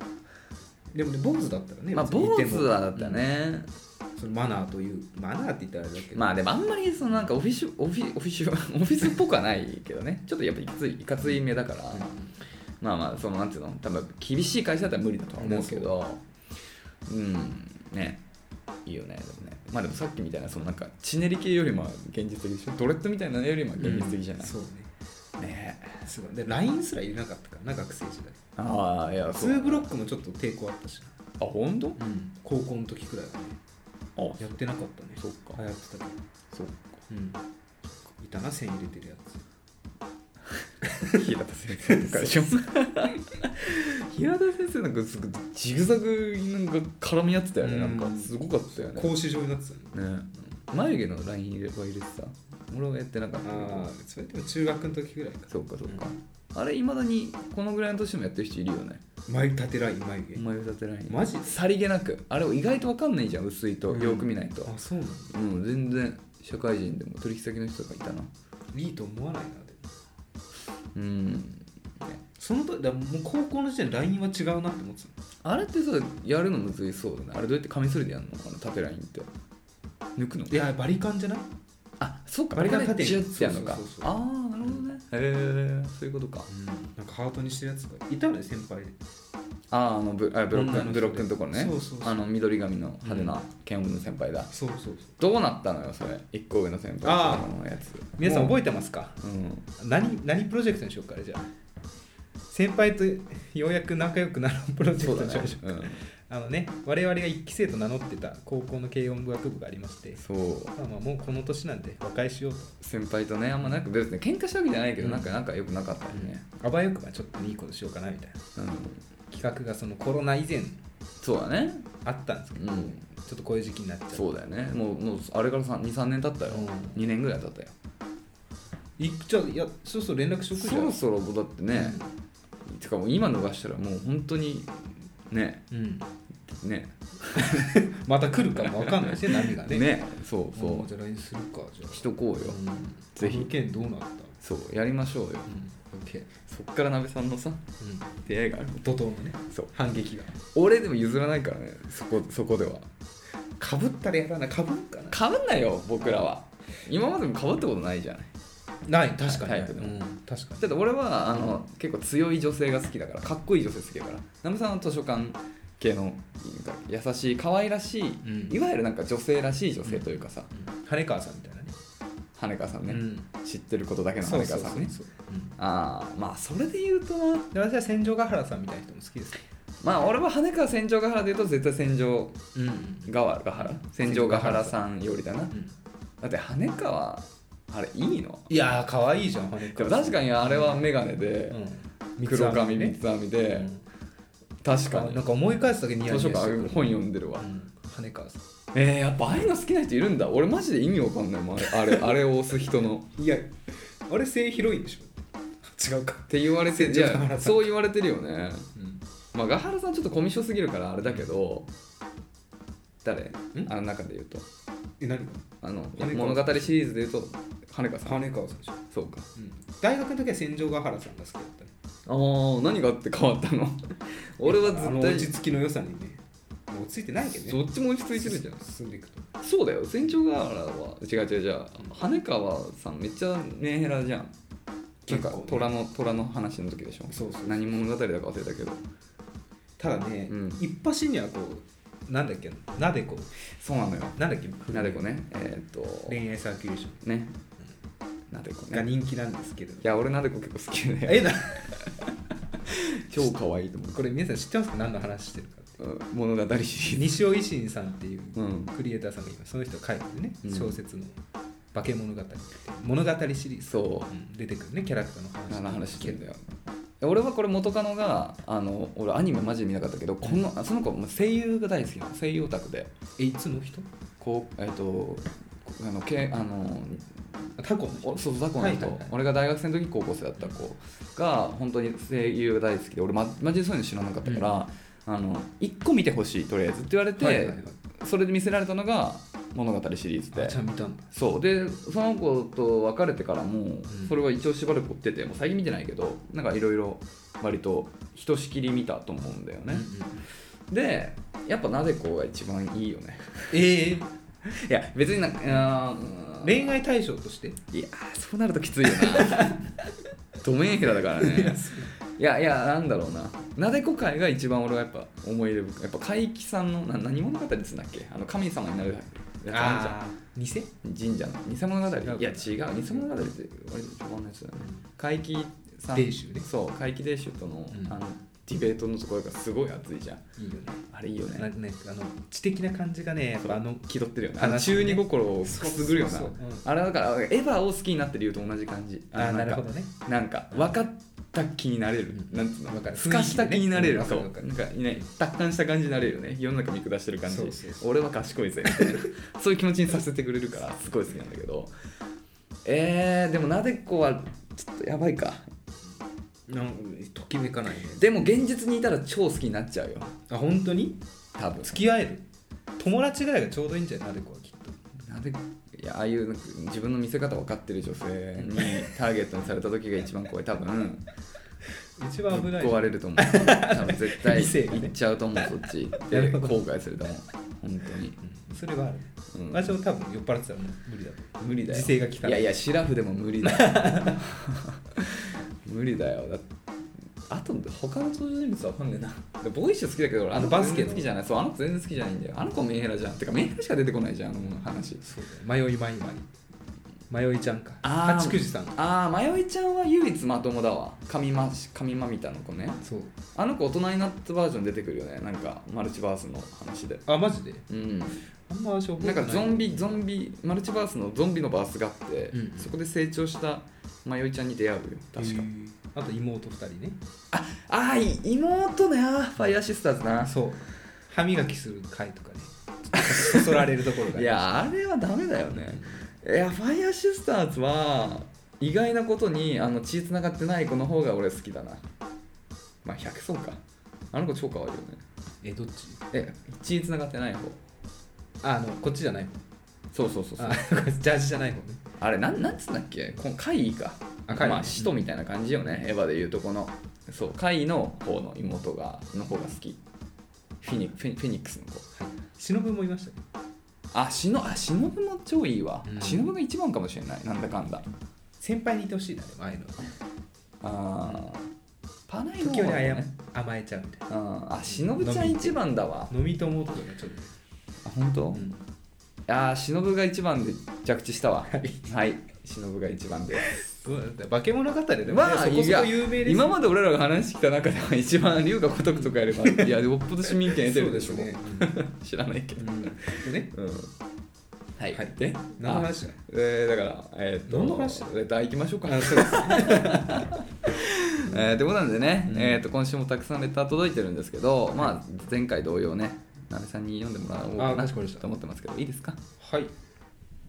Speaker 1: でもね坊主だったらね
Speaker 2: まあ
Speaker 1: 別にい
Speaker 2: 坊
Speaker 1: ても
Speaker 2: 主はだったね、
Speaker 1: うんそのマナーというマナーって言ったらあれだけど
Speaker 2: まあでもあんまりそのなんかオフィスオフィオフィスオフィスっぽくはないけどねちょっとやっぱいかついいかつい目だから、まあまあそのなんていうの多分厳しい会社だったら無理だとは思うけどうんねいいよねでもねまあでもさっきみたいなそのなんかチネリ系よりも現実的でしょドレッドみたいなのよりも現実的じゃない、
Speaker 1: そうね
Speaker 2: ね
Speaker 1: すごいで LINE すらいらなかったからな学生時代
Speaker 2: ああいやそう
Speaker 1: 2ブロックもちょっと抵抗あったしな、
Speaker 2: あ本当
Speaker 1: 高校の時くらいはね
Speaker 2: あ
Speaker 1: やってなかったね
Speaker 2: そっか
Speaker 1: 流行ってたけど
Speaker 2: そう
Speaker 1: うんいたな線入れてるやつ
Speaker 2: 平田先生とかでしょ平田先生なんかすごいジグザグになんか絡み合ってたよねなんか
Speaker 1: うん
Speaker 2: すごかったよね
Speaker 1: 格子状になってたね
Speaker 2: ね眉毛のライン入れは入れてた俺はやってなかったけど
Speaker 1: ああそれでも中学の時ぐらいか
Speaker 2: そうかそうか、あれいまだにこのぐらいの年でもやってる人いるよね
Speaker 1: 眉縦ライン眉毛
Speaker 2: 眉立てライン
Speaker 1: マジ
Speaker 2: さりげなくあれ意外とわかんないじゃん薄いと
Speaker 1: うん
Speaker 2: よく見ないと
Speaker 1: あそうなの
Speaker 2: うん、全然社会人でも取引先の人がいたない
Speaker 1: いと思わないなでも
Speaker 2: うん
Speaker 1: その時だからもう高校の時点で LINE は違うなって思ってたの
Speaker 2: あれってさやるのむずいそうだねあれどうやってカミソリでやるのあの縦ラインって抜くの
Speaker 1: いやバリカンじゃない
Speaker 2: あそうか
Speaker 1: バリカン
Speaker 2: ここで
Speaker 1: 縦に
Speaker 2: ジュッてやるのか
Speaker 1: そうそうそうそう
Speaker 2: ああなるほどねへえそういうことか
Speaker 1: なんかハートにしてるやつがいたのね先輩で
Speaker 2: あああのブあブロッ
Speaker 1: 女の人
Speaker 2: ク
Speaker 1: で
Speaker 2: ブロックのところね
Speaker 1: そうそうそう
Speaker 2: あの緑髪の派手な剣王の先輩だ、
Speaker 1: そうそうそう
Speaker 2: どうなったのよそれ一個上の先輩
Speaker 1: あー
Speaker 2: のやつ
Speaker 1: 皆さん
Speaker 2: もう
Speaker 1: 覚えてますか
Speaker 2: うん
Speaker 1: 何何プロジェクトにしようかあれじゃあ先輩とようやく仲良くなるプロジェ
Speaker 2: そ
Speaker 1: ク
Speaker 2: う
Speaker 1: ト
Speaker 2: だ
Speaker 1: にし
Speaker 2: ね
Speaker 1: ましょう、
Speaker 2: うん
Speaker 1: あのね我々が一期生と名乗ってた高校の軽音楽部がありまして
Speaker 2: そう
Speaker 1: まあまあもうこの年なんで和解しようと
Speaker 2: 先輩とねあんまなんか別に喧嘩したわけじゃないけど、
Speaker 1: うん
Speaker 2: なんかなんか良くなかったよね、
Speaker 1: あばよくばちょっといいことしようかなみたいな
Speaker 2: うん
Speaker 1: 企画がそのコロナ以前
Speaker 2: そうだね
Speaker 1: あったんですけど、
Speaker 2: う
Speaker 1: ち
Speaker 2: ん
Speaker 1: ょっとこういう時期になっちゃって
Speaker 2: そうだよねもうもうあれから23年経ったよ、
Speaker 1: う
Speaker 2: 二2年ぐらい経ったよ
Speaker 1: いじゃあいやそろそろ連絡しとくじ
Speaker 2: そ
Speaker 1: ゃん
Speaker 2: ろそろだってね、てかもう今逃したらもう本当にね
Speaker 1: うん、
Speaker 2: ね
Speaker 1: また来るかもわかんないしね波がね
Speaker 2: ねそうそう、
Speaker 1: んじゃあ LINE するかじゃあ
Speaker 2: しとこうよ、
Speaker 1: うん
Speaker 2: ぜひ
Speaker 1: あの件どうなった
Speaker 2: そうやりましょうよ、
Speaker 1: うん OK、
Speaker 2: そっからなべさんのさ出会いがある
Speaker 1: 怒涛のね
Speaker 2: そう
Speaker 1: 反撃が
Speaker 2: 俺でも譲らないからねそこそこでは
Speaker 1: かぶったらやらないかぶるかな
Speaker 2: かぶんないよ僕らは今までもかぶったことないじゃない
Speaker 1: ない確かに、
Speaker 2: タイプでも
Speaker 1: うん確かに
Speaker 2: だって俺はあの結構強い女性が好きだからかっこいい女性好きだからナムさんは図書館系のなんか優しい可愛らしい、
Speaker 1: うん
Speaker 2: いわゆるなんか女性らしい女性というかさ、
Speaker 1: うん羽川さんみたいなね
Speaker 2: 羽川さんね、
Speaker 1: うん
Speaker 2: 知ってることだけの羽
Speaker 1: そうそ
Speaker 2: 川
Speaker 1: うそ
Speaker 2: さんね
Speaker 1: うそううん
Speaker 2: ああまあそれで言うとな
Speaker 1: で私は千条ヶ原さんみたいな人も好きです
Speaker 2: まあ俺は羽川千丈ヶ原で言うと絶対千丈
Speaker 1: うん
Speaker 2: 川ヶ原千丈ヶ原さんよりだなだって羽川あれいいの
Speaker 1: いやー可愛いじゃん羽
Speaker 2: で
Speaker 1: 川
Speaker 2: も
Speaker 1: さん
Speaker 2: 確かにあれは眼鏡で、
Speaker 1: うん
Speaker 2: 黒髪
Speaker 1: ね
Speaker 2: 三つ編みで、
Speaker 1: うん
Speaker 2: 確かに
Speaker 1: なんか思い返すだけニヤ
Speaker 2: 図
Speaker 1: ニヤ
Speaker 2: 書
Speaker 1: して
Speaker 2: 館
Speaker 1: くる
Speaker 2: 本読んでるわ、
Speaker 1: うん羽川さん
Speaker 2: えー、やっぱああいうの好きな人いるんだ俺マジで意味わかんないもんあれあれ あれを押す人の
Speaker 1: いやあれ性広いんでしょ違うか
Speaker 2: って言われてい
Speaker 1: 千住ヶ原さ
Speaker 2: や
Speaker 1: ん
Speaker 2: そう言われてるよ
Speaker 1: う
Speaker 2: ね
Speaker 1: ん
Speaker 2: まあガハラさんちょっとコミュ障すぎるからあれだけど誰
Speaker 1: ん
Speaker 2: あの中で言うと
Speaker 1: え何が
Speaker 2: あの
Speaker 1: 羽根川
Speaker 2: 物語シリーズでいうと羽根川さん
Speaker 1: 羽川さんでしょ、
Speaker 2: そうか
Speaker 1: うん、大学の時は千条ヶ原さんが好きだったね
Speaker 2: ああ何があって変わったの 俺は
Speaker 1: あ
Speaker 2: 絶
Speaker 1: の
Speaker 2: 対
Speaker 1: 落ち着きの良さにねもう落ち着いてないけど
Speaker 2: ど
Speaker 1: ね
Speaker 2: っちも落ち着いてるじゃん
Speaker 1: 進んでいくと
Speaker 2: そうだよ船長ガーラは違う違う違う羽川さんめっちゃメンヘラじゃんなん
Speaker 1: 結構
Speaker 2: か
Speaker 1: ね
Speaker 2: 虎の虎の話の時でしょ
Speaker 1: そうそう
Speaker 2: 何物語だか忘れたけど
Speaker 1: ただね、
Speaker 2: うん
Speaker 1: 一発にはこうなんだっけなでこ
Speaker 2: そうなのよ
Speaker 1: なんだっけ
Speaker 2: なでこねえーっと
Speaker 1: 恋愛サーキュレーション
Speaker 2: ねなでこ
Speaker 1: が
Speaker 2: ね
Speaker 1: 人気なんですけど、
Speaker 2: いや俺なでこ結構好きで
Speaker 1: えな
Speaker 2: 超可愛いと思
Speaker 1: これ皆さん知ってますか何の話してるかって
Speaker 2: ううん物語シリー
Speaker 1: 西
Speaker 2: ズ
Speaker 1: 尾維新さんっていう
Speaker 2: うん
Speaker 1: クリエイターさんがいますその人が書いてるね、
Speaker 2: うん
Speaker 1: 小説の「化け物語」って物語シリーズ、
Speaker 2: そう
Speaker 1: うん出てくるねキャラクターの話
Speaker 2: 何の話してんだよ俺はこれ元カノがあの俺アニメマジで見なかったけどこのあその子もう声優が大好きなの声優オタクで
Speaker 1: えいつの人
Speaker 2: こうえっ、とこあのけあの
Speaker 1: タコの人
Speaker 2: おそう雑魚の人、
Speaker 1: はいはいはい
Speaker 2: 俺が大学生の時に高校生だった子が本当に声優が大好きで俺まマジでそういうの知らなかったから、あの1個見てほしいとりあえずって言われて、
Speaker 1: はいはいはい
Speaker 2: それで見せられたのが物語シリーズで
Speaker 1: あちゃん見たんだ
Speaker 2: そうでその子と別れてからもそれは一応しばらく追っててもう最近見てないけどなんかいろいろ割とひとしきり見たと思うんだよね、でやっぱなでこが一番いいよね
Speaker 1: ええ
Speaker 2: いや別になんかあー
Speaker 1: 恋愛対象として
Speaker 2: いやーそうなるときついよなドメンヘラだからねいやいやなんだろうななでこ界が一番俺はやっぱ思い入れ深いやっぱ怪奇さんのな何物語って言うんだっけあの神様になるやつあるじゃん
Speaker 1: あー偽
Speaker 2: 神社の偽物語
Speaker 1: 違う
Speaker 2: いや違う偽物語って割と序盤のやつだよね怪奇さん
Speaker 1: 伝習ね
Speaker 2: そう怪奇伝習との,、
Speaker 1: うん
Speaker 2: あのディベートのところがすごい熱いじゃん
Speaker 1: いいよね
Speaker 2: あれいいよ
Speaker 1: な
Speaker 2: ね
Speaker 1: なんかあの知的な感じがねやっぱあの
Speaker 2: 気取ってるよね
Speaker 1: あ
Speaker 2: あの
Speaker 1: な
Speaker 2: 中二心をく
Speaker 1: そうそうそう
Speaker 2: すぐるよな
Speaker 1: そううん
Speaker 2: あれだからエヴァを好きになってる理由と同じ感じ
Speaker 1: あー
Speaker 2: の
Speaker 1: なんる
Speaker 2: か
Speaker 1: ほどね
Speaker 2: なんか分かった気になれる、
Speaker 1: うん
Speaker 2: なんつうの
Speaker 1: わかる
Speaker 2: すかした気になれる、
Speaker 1: 雰囲気
Speaker 2: そ
Speaker 1: ねう
Speaker 2: うなん
Speaker 1: んわ
Speaker 2: か
Speaker 1: かるわ
Speaker 2: ね達観した感じになれるよね世の中見下してる感じ
Speaker 1: そうそうそ
Speaker 2: 俺は 賢いぜみたいなそういう気持ちにさせてくれるからすごい好きなんだけどえー、でもなでこはちょっとやばいか
Speaker 1: なんときめかないね
Speaker 2: でも現実にいたら超好きになっちゃうよ
Speaker 1: あ本当に
Speaker 2: 多分
Speaker 1: 付き合える友達ぐらいがちょうどいいんじゃないなでこはきっと
Speaker 2: なでいやああいうなんか自分の見せ方分かってる女性にターゲットにされた時が一番怖い多分
Speaker 1: 一番危ない
Speaker 2: 壊れると思う多分絶 対
Speaker 1: 理性がね
Speaker 2: 行っちゃうと思うそっ ち
Speaker 1: な
Speaker 2: で
Speaker 1: る
Speaker 2: 後
Speaker 1: ほど
Speaker 2: 悔すると思う本
Speaker 1: うんそれはある、
Speaker 2: 当に、うん、
Speaker 1: 私も多分酔っ払ってたらもう無理だと
Speaker 2: 無理だよ
Speaker 1: 自制が利かない
Speaker 2: やいやシラフでも無理だよ 無理だよだあと他の登場人物は分かんねえなでボーイッシュ好きだけど俺あのバスケ好きじゃないそうあの子全然好きじゃないんだよあの子メンヘラじゃんてかメンヘラしか出てこないじゃんあの話
Speaker 1: そうだよ迷い迷い迷い迷いちゃんか
Speaker 2: あー
Speaker 1: 八九時さん
Speaker 2: ああ迷いちゃんは唯一まともだわ神ま神まみたの子ね
Speaker 1: そう
Speaker 2: あの子大人になったバージョン出てくるよねなんかマルチバースの話で
Speaker 1: あマジで
Speaker 2: うん
Speaker 1: あんま私覚
Speaker 2: な
Speaker 1: えて
Speaker 2: んか
Speaker 1: ない
Speaker 2: ゾンビゾンビマルチバースのゾンビのバースがあって、
Speaker 1: うんうん
Speaker 2: そこで成長した迷いちゃんに出会うよ確か
Speaker 1: へーあと妹二人ね
Speaker 2: ああい妹ねあーファイアシスターズな
Speaker 1: そう歯磨きする回とかねそそられるところがね
Speaker 2: いやあれはダメだよねいやファイアシスターズは意外なことにあの血つながってない子の方が俺好きだなまあ100層かあの子超可愛いよね
Speaker 1: えどっち
Speaker 2: え血つながってない方
Speaker 1: ああのこっちじゃない方
Speaker 2: そうそうそうそう
Speaker 1: あジャージじゃない方ね
Speaker 2: あれなんなんつうんだっけこの怪異か
Speaker 1: あ怪異
Speaker 2: まあ使徒みたいな感じよね、エヴァでいうとこのそう怪異の方の妹がの方が好きフェニフェニフェニックスの子
Speaker 1: 忍もいましたね
Speaker 2: あしのあしのぶも超いいわ、
Speaker 1: うん
Speaker 2: しのぶが一番かもしれないなんだかんだ
Speaker 1: 先輩にいてほしいなでもああいうのは
Speaker 2: あーパナイの
Speaker 1: 時
Speaker 2: 方
Speaker 1: 折
Speaker 2: が
Speaker 1: あや
Speaker 2: ね
Speaker 1: 甘えちゃうみたい
Speaker 2: うんあしのぶちゃん一番だわ
Speaker 1: な飲み友とかがちょっと
Speaker 2: あ本当、
Speaker 1: うん
Speaker 2: あーしのぶが一番で着地したわはいしのぶが一番で
Speaker 1: そうなんだ化け物語でも、ね
Speaker 2: まあ、
Speaker 1: そこ
Speaker 2: い
Speaker 1: そ
Speaker 2: や
Speaker 1: こ有名です
Speaker 2: 今まで俺らが話してきた中では一番龍が如くとかよりばいやよっぽど市民権得てるでしょ
Speaker 1: そうですね
Speaker 2: 知らないけど、
Speaker 1: うん、で ね
Speaker 2: うん、はい、
Speaker 1: はい
Speaker 2: で
Speaker 1: 何の話だ
Speaker 2: あえー、だからえー、っと
Speaker 1: 何の話
Speaker 2: レター行きましょうか
Speaker 1: あそうです
Speaker 2: えー、ってことなんでね、
Speaker 1: うん
Speaker 2: えー、と今週もたくさんレター届いてるんですけど、まあ、前回同様ねなべさんに読んでもらおうか
Speaker 1: あ
Speaker 2: な
Speaker 1: かしこまりました
Speaker 2: と思ってますけどいいですか
Speaker 1: はい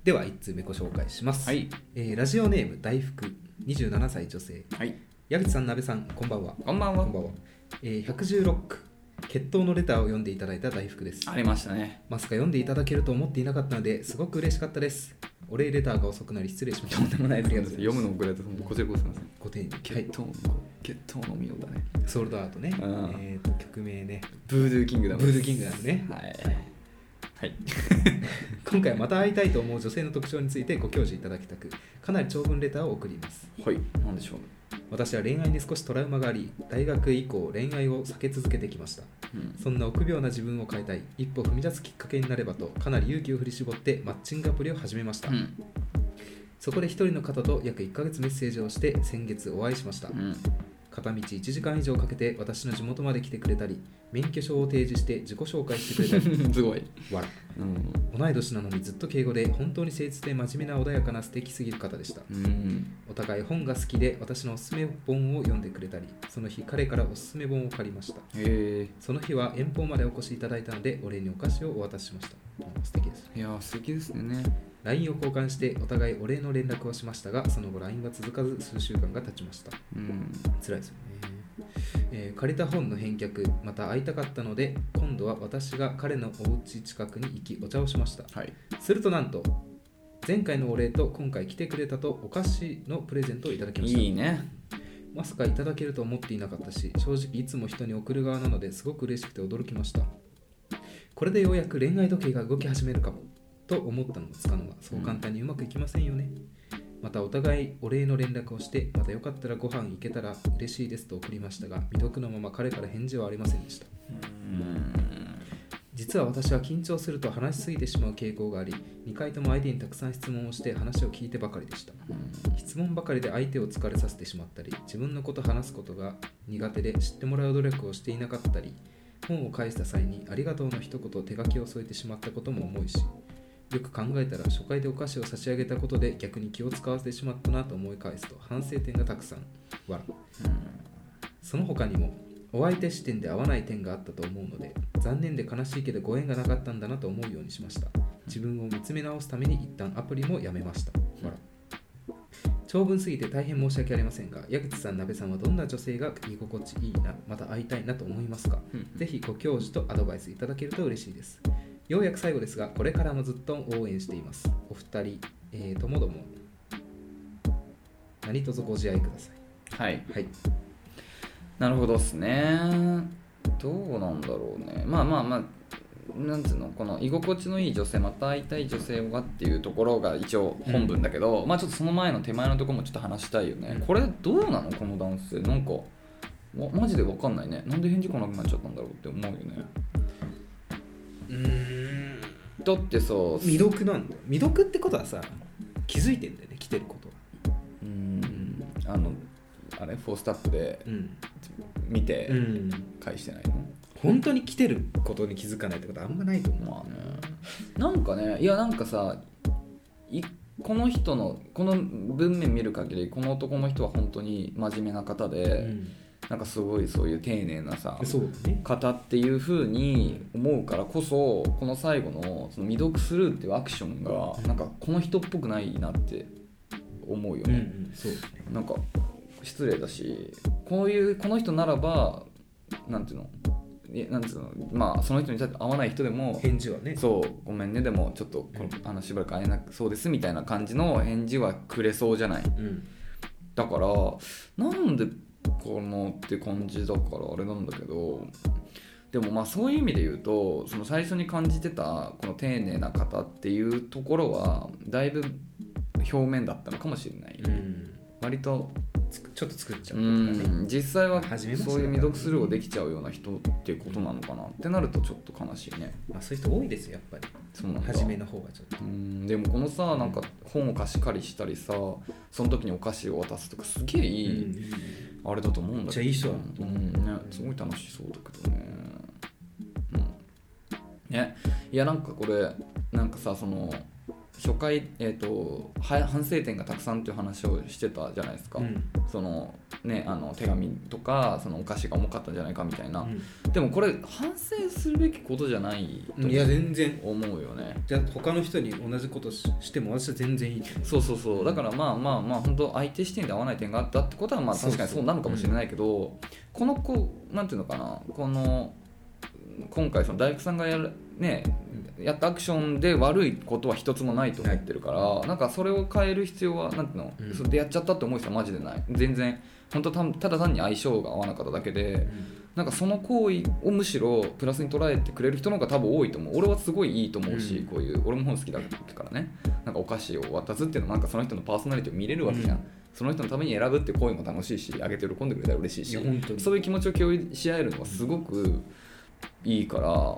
Speaker 1: では1通目ご紹介します、
Speaker 2: はい
Speaker 1: えーラジオネーム大福27歳女性
Speaker 2: はい
Speaker 1: 矢口さん、なべさん、こんばんは。
Speaker 2: こんばんは
Speaker 1: こんばんは。えー、116区、決闘のレターを読んでいただいた大福です
Speaker 2: ありましたね
Speaker 1: まさか読んでいただけると思っていなかったのですごく嬉しかったですお礼レターが遅くなり失礼しました
Speaker 2: とんでもない
Speaker 1: あ
Speaker 2: で
Speaker 1: りが
Speaker 2: す
Speaker 1: とうござい
Speaker 2: 読
Speaker 1: ます
Speaker 2: むの遅れてこちらこそすいません
Speaker 1: ご丁寧に、は
Speaker 2: 決
Speaker 1: い、
Speaker 2: 闘の決闘の見ようだね
Speaker 1: ソールドアートね、
Speaker 2: うん
Speaker 1: えー、と曲名ね
Speaker 2: ブードゥーキングダム
Speaker 1: ブードゥーキングなんでね
Speaker 2: はいはい
Speaker 1: 今回はまた会いたいと思う女性の特徴についてご教示いただきたくかなり長文レターを送ります
Speaker 2: はいなんでしょう
Speaker 1: 私は恋愛に少しトラウマがあり大学以降恋愛を避け続けてきました
Speaker 2: うん
Speaker 1: そんな臆病な自分を変えたい一歩踏み出すきっかけになればとかなり勇気を振り絞ってマッチングアプリを始めました、
Speaker 2: うん
Speaker 1: そこで一人の方と約1ヶ月メッセージをして先月お会いしました
Speaker 2: うん
Speaker 1: 片道1時間以上かけて私の地元まで来てくれたり免許証を提示して自己紹介してくれ たり
Speaker 2: すごい
Speaker 1: 笑
Speaker 2: うん
Speaker 1: 同い年なのにずっと敬語で本当に誠実で真面目な穏やかな素敵すぎる方でした
Speaker 2: うん
Speaker 1: お互い本が好きで私のおすすめ本を読んでくれたりその日彼からおすすめ本を借りました
Speaker 2: へ
Speaker 1: その日は遠方までお越しいただいたのでお礼にお菓子をお渡ししました素敵です
Speaker 2: えいやー素敵ですね
Speaker 1: LINE を交換してお互いお礼の連絡をしましたがその後 LINE は続かず数週間が経ちました
Speaker 2: うん
Speaker 1: 辛いですよね、えー借りた本の返却また会いたかったので今度は私が彼のお家近くに行きお茶をしました
Speaker 2: はい
Speaker 1: するとなんと前回のお礼と今回来てくれたとお菓子のプレゼントをいただきました
Speaker 2: いいね
Speaker 1: まさかいただけると思っていなかったし正直いつも人に送る側なのですごく嬉しくて驚きましたこれでようやく恋愛時計が動き始めるかもと思ったのもつかの間そう簡単にうまくいきませんよね、またお互いお礼の連絡をしてまたよかったらご飯行けたら嬉しいですと送りましたが未読のまま彼から返事はありませんでした
Speaker 2: うん
Speaker 1: 実は私は緊張すると話しすぎてしまう傾向があり2回とも相手にたくさん質問をして話を聞いてばかりでした質問ばかりで相手を疲れさせてしまったり自分のこと話すことが苦手で知ってもらう努力をしていなかったり本を返した際に「ありがとう」の一言手書きを添えてしまったことも重いしよく考えたら初回でお菓子を差し上げたことで逆に気を使わせてしまったなと思い返すと反省点がたくさん笑その他にもお相手視点で合わない点があったと思うので残念で悲しいけどご縁がなかったんだなと思うようにしました自分を見つめ直すために一旦アプリもやめました笑長文すぎて大変申し訳ありませんが矢口さん鍋さんはどんな女性が居心地いいなまた会いたいなと思いますかぜひご教授とアドバイスいただけると嬉しいですようやく最後ですがこれからもずっと応援していますお二人、えーともども何卒ご自愛くださ
Speaker 2: はい
Speaker 1: いはい
Speaker 2: なるほどっすねどうなんだろうねまあまあまあなんつうのこの居心地のいい女性また会いたい女性がっていうところが一応本文だけど、まあちょっとその前の手前のところもちょっと話したいよね、
Speaker 1: うん
Speaker 2: これどうなのこの男性なんかわマジで分かんないねなんで返事来なくなっちゃったんだろうって思うよね
Speaker 1: うーん
Speaker 2: だってさ
Speaker 1: 未読なんだよ未読ってことはさ気づいてんだよね来てることは
Speaker 2: うんあのあれフォースタップで
Speaker 1: うん、
Speaker 2: 見て
Speaker 1: うん、
Speaker 2: 返してないの、
Speaker 1: 本当に来てることに気づかないってことはあんまないと思う、
Speaker 2: まあねなんかねいやなんかさいこの人のこの文面見る限りこの男の人は本当に真面目な方で、
Speaker 1: うん、
Speaker 2: なんかすごいそういう丁寧なさ
Speaker 1: そうだね
Speaker 2: 方っていう風に思うからこそこの最後のその未読スルーっていうアクションがなんかこの人っぽくないなって思うよ
Speaker 1: うん、う
Speaker 2: ね、
Speaker 1: ん、そうだね
Speaker 2: なんか失礼だしこういうこの人ならばなんていうのいなんていうのまあその人に対して合わない人でも
Speaker 1: 返事はね
Speaker 2: そうごめんねでもちょっとこのあのしばらく会えなくそうですみたいな感じの返事はくれそうじゃない
Speaker 1: うん
Speaker 2: だからなんでこのって感じだからあれなんだけどでもまあそういう意味で言うとその最初に感じてたこの丁寧な方っていうところはだいぶ表面だったのかもしれない、
Speaker 1: うん
Speaker 2: 割と
Speaker 1: つくちょっと作っちゃ
Speaker 2: う
Speaker 1: うとかね
Speaker 2: ん実際は
Speaker 1: 初めまして
Speaker 2: そういう未読スルーをできちゃうような人ってことなのかなってなるとちょっと悲しいね
Speaker 1: まあそういう人多いですよやっぱり
Speaker 2: そうなんだ
Speaker 1: 初めの方がちょっと
Speaker 2: うんでもこのさなんか本を貸し借りしたりさその時にお菓子を渡すとかすげえいい、あれだと思うん
Speaker 1: めっ
Speaker 2: だけど
Speaker 1: ちゃいい人だ
Speaker 2: うんねすごい楽しそうだけどね、うん、ねいやなんかこれなんかさその初回、えー、とは反省点がたくさんっていう話をしてたじゃないですか、
Speaker 1: うん
Speaker 2: そのねあの手紙とかそのお菓子が重かったんじゃないかみたいな、
Speaker 1: う
Speaker 2: でもこれ反省するべきことじゃない
Speaker 1: ん、
Speaker 2: と
Speaker 1: いや全然
Speaker 2: 思うよね
Speaker 1: じゃあ他の人に同じことししても私は全然いいと思う
Speaker 2: そうそうそうだからまあまあまあ本当相手視点で合わない点があったってことはまあ
Speaker 1: そうそう
Speaker 2: 確かにそうなのかもしれないけどこの子なんていうのかなこの今回その大工さんがやるねやったアクションで悪いことは一つもないと思ってるから、なんかそれを変える必要はなんていうの、
Speaker 1: うん
Speaker 2: それでやっちゃったって思う人はマジでない全然本当たただ単に相性が合わなかっただけでなんかその行為をむしろプラスに捉えてくれる人の方が多分多いと思う俺はすごいいいと思うし、
Speaker 1: うん
Speaker 2: こういう俺も本好きだからねなんかお菓子を渡すっていうのもなんかその人のパーソナリティを見れるわけじゃん、
Speaker 1: うん
Speaker 2: その人のために選ぶっていう行為も楽しいしあげて喜んでくれたら嬉しい
Speaker 1: い
Speaker 2: し
Speaker 1: や本当に
Speaker 2: そういう気持ちを共有し合えるのはすごくいいから、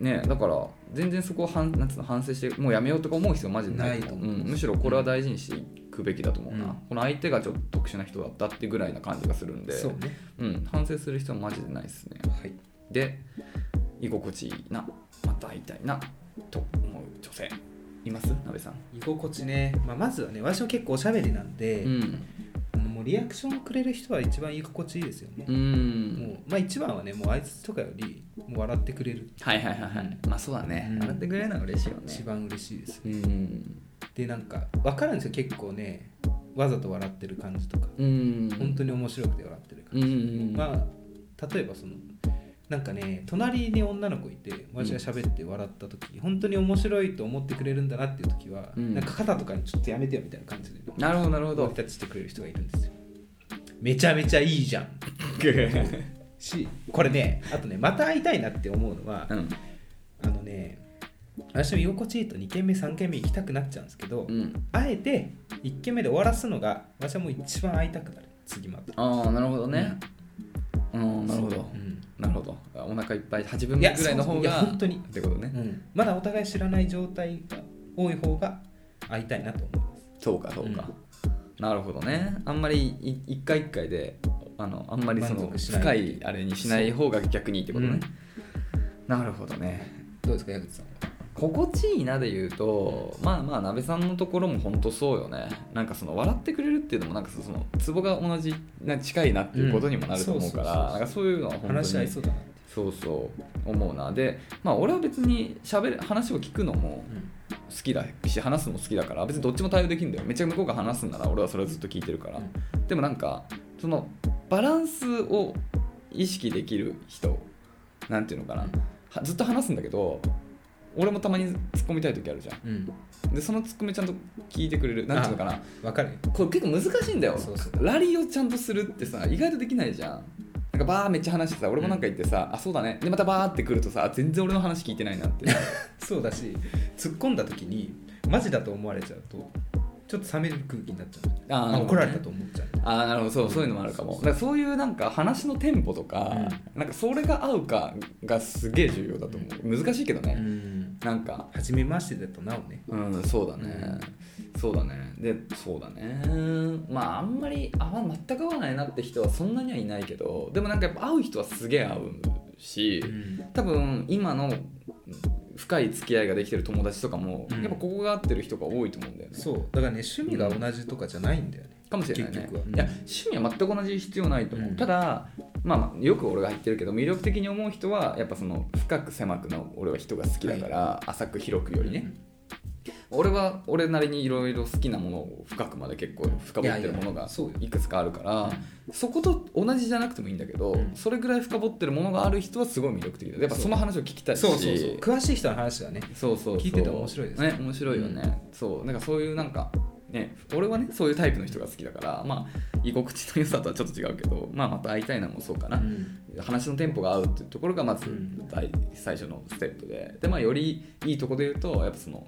Speaker 2: ね、だから全然そこを反なんつうの反省してもうやめようとか思う必要マジでないと思う
Speaker 1: ないと思う
Speaker 2: うんむしろこれは大事にしていくべきだと思うな、
Speaker 1: うん
Speaker 2: この相手がちょっと特殊な人だったってぐらいな感じがするんで
Speaker 1: そうね
Speaker 2: うん、反省する必要はマジでないですね
Speaker 1: はい
Speaker 2: で居心地いいなまた会いたいなと思う女性いますなべさん、
Speaker 1: 居心地ね、まあ、まずはね私は結構おしゃべりなんで、
Speaker 2: うん
Speaker 1: もうリアクションくれる人は一番居心地いいですよね
Speaker 2: う、ん
Speaker 1: もうまあ一番はねもう相槌とかよりもう笑ってくれる
Speaker 2: はいはいはいはいまあそうだね、
Speaker 1: うん
Speaker 2: 笑ってくれるのは嬉しいよ
Speaker 1: 一
Speaker 2: ね
Speaker 1: 番嬉しいです
Speaker 2: うん
Speaker 1: でなんか分かるんですよ結構ねわざと笑ってる感じとか
Speaker 2: うん
Speaker 1: 本当に面白くて笑ってる感
Speaker 2: うんうんうん
Speaker 1: じ、まあ例えばそのなんかね隣に女の子いて私が喋って笑った時、本当に面白いと思ってくれるんだなっていう時は、
Speaker 2: うん
Speaker 1: なんか肩とかにちょっとやめてよみたいな感じで
Speaker 2: なるほどなるほ
Speaker 1: 僕た
Speaker 2: ど
Speaker 1: ちしてくれる人がいるんですよめちゃめちゃいいじゃん しこれねあとねまた会いたいなって思うのは、
Speaker 2: うん
Speaker 1: あのね私も居心地いいと2軒目3軒目行きたくなっちゃうんですけど、
Speaker 2: うん
Speaker 1: あえて1軒目で終わらすのが私はもう一番会いたくなる次また
Speaker 2: ああなるほどねうんなるほど
Speaker 1: うん
Speaker 2: なるほどお腹いっぱい8分目ぐらいの方
Speaker 1: いや
Speaker 2: が
Speaker 1: そういや本当に
Speaker 2: ってことね
Speaker 1: うんまだお互い知らない状態が多い方が会いたいなと思います
Speaker 2: そうかそうか、なるほどねあんまりい一回一回であのあんまりその
Speaker 1: 満足しない
Speaker 2: 深いあれにしない方が逆にいいってことね、
Speaker 1: うん
Speaker 2: なるほどね
Speaker 1: どうですか矢口さんは
Speaker 2: 心地いいなで言うとまあまあ鍋さんのところも本当そうよねなんかその笑ってくれるっていうのもなんかそのツボが同じな近いなっていうことにもなると思う
Speaker 1: うんそうそうそ
Speaker 2: か
Speaker 1: う
Speaker 2: ら
Speaker 1: そう
Speaker 2: なんかそういうのは本当に
Speaker 1: 話し合いそうだなって、
Speaker 2: そうそう思うなでまあ俺は別にしゃべる話を聞くのも好きだし話すのも好きだから別にどっちも対応できるんだよめっちゃ向こうが話すんなら俺はそれをずっと聞いてるから、でもなんかそのバランスを意識できる人なんていうのかなはずっと話すんだけど俺もたまに突っ込みたい時あるじゃ
Speaker 1: うん、うん
Speaker 2: んでその突っ込みちゃんと聞いてくれるなんていうのかな
Speaker 1: 分かるよ
Speaker 2: これ結構難しいんだよ
Speaker 1: そうそう
Speaker 2: ラリーをちゃんとするってさ意外とできないじゃんなんかバーめっちゃ話してさ俺もなんか言ってさ、あそうだねでまたバーってくるとさ全然俺の話聞いてないなって
Speaker 1: そうだし突っ込んだ時にマジだと思われちゃうとちょっと冷める空気になっちゃう
Speaker 2: あー
Speaker 1: あ怒られたと思っちゃう
Speaker 2: ああなるほどそうそういうのもあるかもだからそういうなんか話のテンポとか、なんかそれが合うかがすげえ重要だと思う難しいけどね、
Speaker 1: うん
Speaker 2: なんか
Speaker 1: 初めましてだとなおね
Speaker 2: うんそうだね、そうだねでそうだねまああんまり合わ全く合わないなって人はそんなにはいないけどでもなんかやっぱ会う人はすげえ合うし、多分今の深い付き合いができてる友達とかも、
Speaker 1: うん
Speaker 2: やっぱここが合ってる人が多いと思うんだよね
Speaker 1: そうだからね趣味が同じとかじゃないんだよね
Speaker 2: かもしれないね
Speaker 1: 結局は、
Speaker 2: いや趣味は全く同じ必要ないと思う、
Speaker 1: うん
Speaker 2: ただ、まあ、まあよく俺が言ってるけど魅力的に思う人はやっぱその深く狭くの俺は人が好きだから、浅く広くよりね、俺は俺なりにいろいろ好きなものを深くまで結構深掘ってるもの
Speaker 1: いやい
Speaker 2: が
Speaker 1: やそうよ
Speaker 2: いくつかあるからそこと同じじゃなくてもいいんだけど、
Speaker 1: うん
Speaker 2: それぐらい深掘ってるものがある人はすごい魅力的だやっぱその話を聞きたいし
Speaker 1: そうそうそう詳しい人の話はね
Speaker 2: そうそうそう
Speaker 1: 聞いてたら面白いですね
Speaker 2: ね面白いよね、そうなんかそういうなんかね俺はねそういうタイプの人が好きだからまあ居心地の良さとはちょっと違うけど、まあ、また会いたいなもそうかな、話のテンポが合うっていうところがまず
Speaker 1: うん
Speaker 2: 大、最初のステップででまあよりいいとこで言うとやっぱその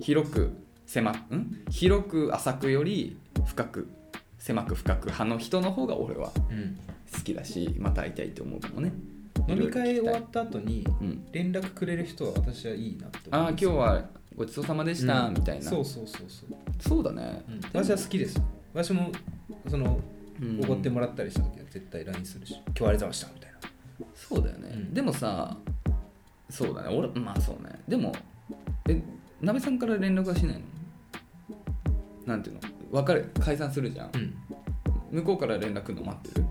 Speaker 2: 広く狭くん広く浅くより深く狭く深く派の人の方が俺は
Speaker 1: うん
Speaker 2: 好きだしまた会いたいと思うかもね
Speaker 1: 飲み会
Speaker 2: いろ
Speaker 1: 終
Speaker 2: いろ聞きたい
Speaker 1: わった後に
Speaker 2: うん
Speaker 1: 連絡くれる人は私はいいなって思
Speaker 2: ああ今日はごちそうさまでした、みたいな
Speaker 1: そうそうそうそう、
Speaker 2: そうだね、
Speaker 1: 私は好きです私もその
Speaker 2: うん
Speaker 1: 怒ってもらったりした時は絶対 LINE するし今日はありがとうございましたみたいな
Speaker 2: そうだよね、
Speaker 1: うん
Speaker 2: でもさそうだね俺まあそうねでもえなべさんから連絡はしないのなんていうの別れ解散するじゃん、
Speaker 1: うん
Speaker 2: 向こうから連絡の待ってる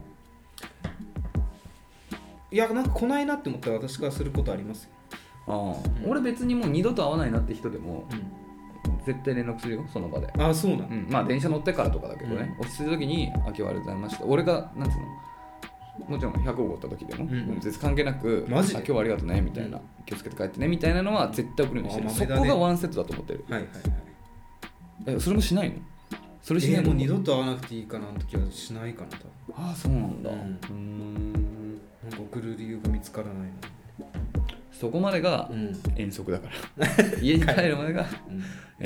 Speaker 1: いやなんか来ないなって思ったら私からすることありますよ、
Speaker 2: ああ、俺別にもう二度と会わないなって人でも
Speaker 1: う
Speaker 2: 絶対連絡するよその場で、
Speaker 1: ん、ああそうなの
Speaker 2: うん、まあ電車乗ってからとかだけどね、落ち着いた時に「あ今日はありがとうございました」俺がなんつうのもちろん100おごった時でも、
Speaker 1: うんうん
Speaker 2: 別に関係なく
Speaker 1: マジで
Speaker 2: あ今日はありがとうね」みたいな、
Speaker 1: うん
Speaker 2: 気をつけて帰ってね」みたいなのは絶対送るようにしてる、
Speaker 1: あ豆
Speaker 2: そ
Speaker 1: だね
Speaker 2: こがワンセットだと思ってる
Speaker 1: はいはいはい
Speaker 2: えそれもしないのそれし
Speaker 1: え
Speaker 2: ない
Speaker 1: ー
Speaker 2: の、
Speaker 1: もう二度と会わなくていいかなの時はしないかなと
Speaker 2: ああそうなんだう
Speaker 1: うん
Speaker 2: ーん
Speaker 1: なんか送る理由が見つからない
Speaker 2: そこまでが
Speaker 1: なうん、
Speaker 2: 遠足だから家に帰るま でが
Speaker 1: い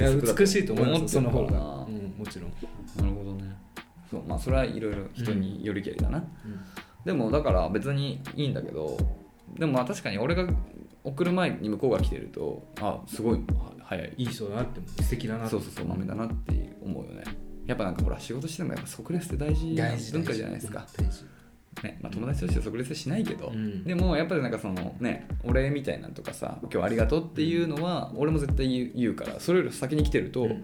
Speaker 1: や
Speaker 2: 遠足だと
Speaker 1: 美しいと思いますよその方
Speaker 2: 思ってる
Speaker 1: が、
Speaker 2: か
Speaker 1: うん、もちろん、
Speaker 2: なるほどねそうまあそれはいろいろ人によりけりだな、
Speaker 1: うん
Speaker 2: でもだから別にいいんだけどでもまあ確かに俺が送る前に向こうが来てるとあすごいは早い
Speaker 1: いい人だなって思う素敵だなって
Speaker 2: そうそうそう豆だなって思うよねやっぱなんかほら仕事しててもやっぱ即レスって大事な
Speaker 1: 大事
Speaker 2: 文化じゃないですか、
Speaker 1: 大事
Speaker 2: ねまあ、友達として即レスしないけど、
Speaker 1: うん
Speaker 2: でもやっぱりなんかそのねお礼みたいなんとかさ今日ありがとうっていうのは俺も絶対言う言うからそれより先に来てると、
Speaker 1: うん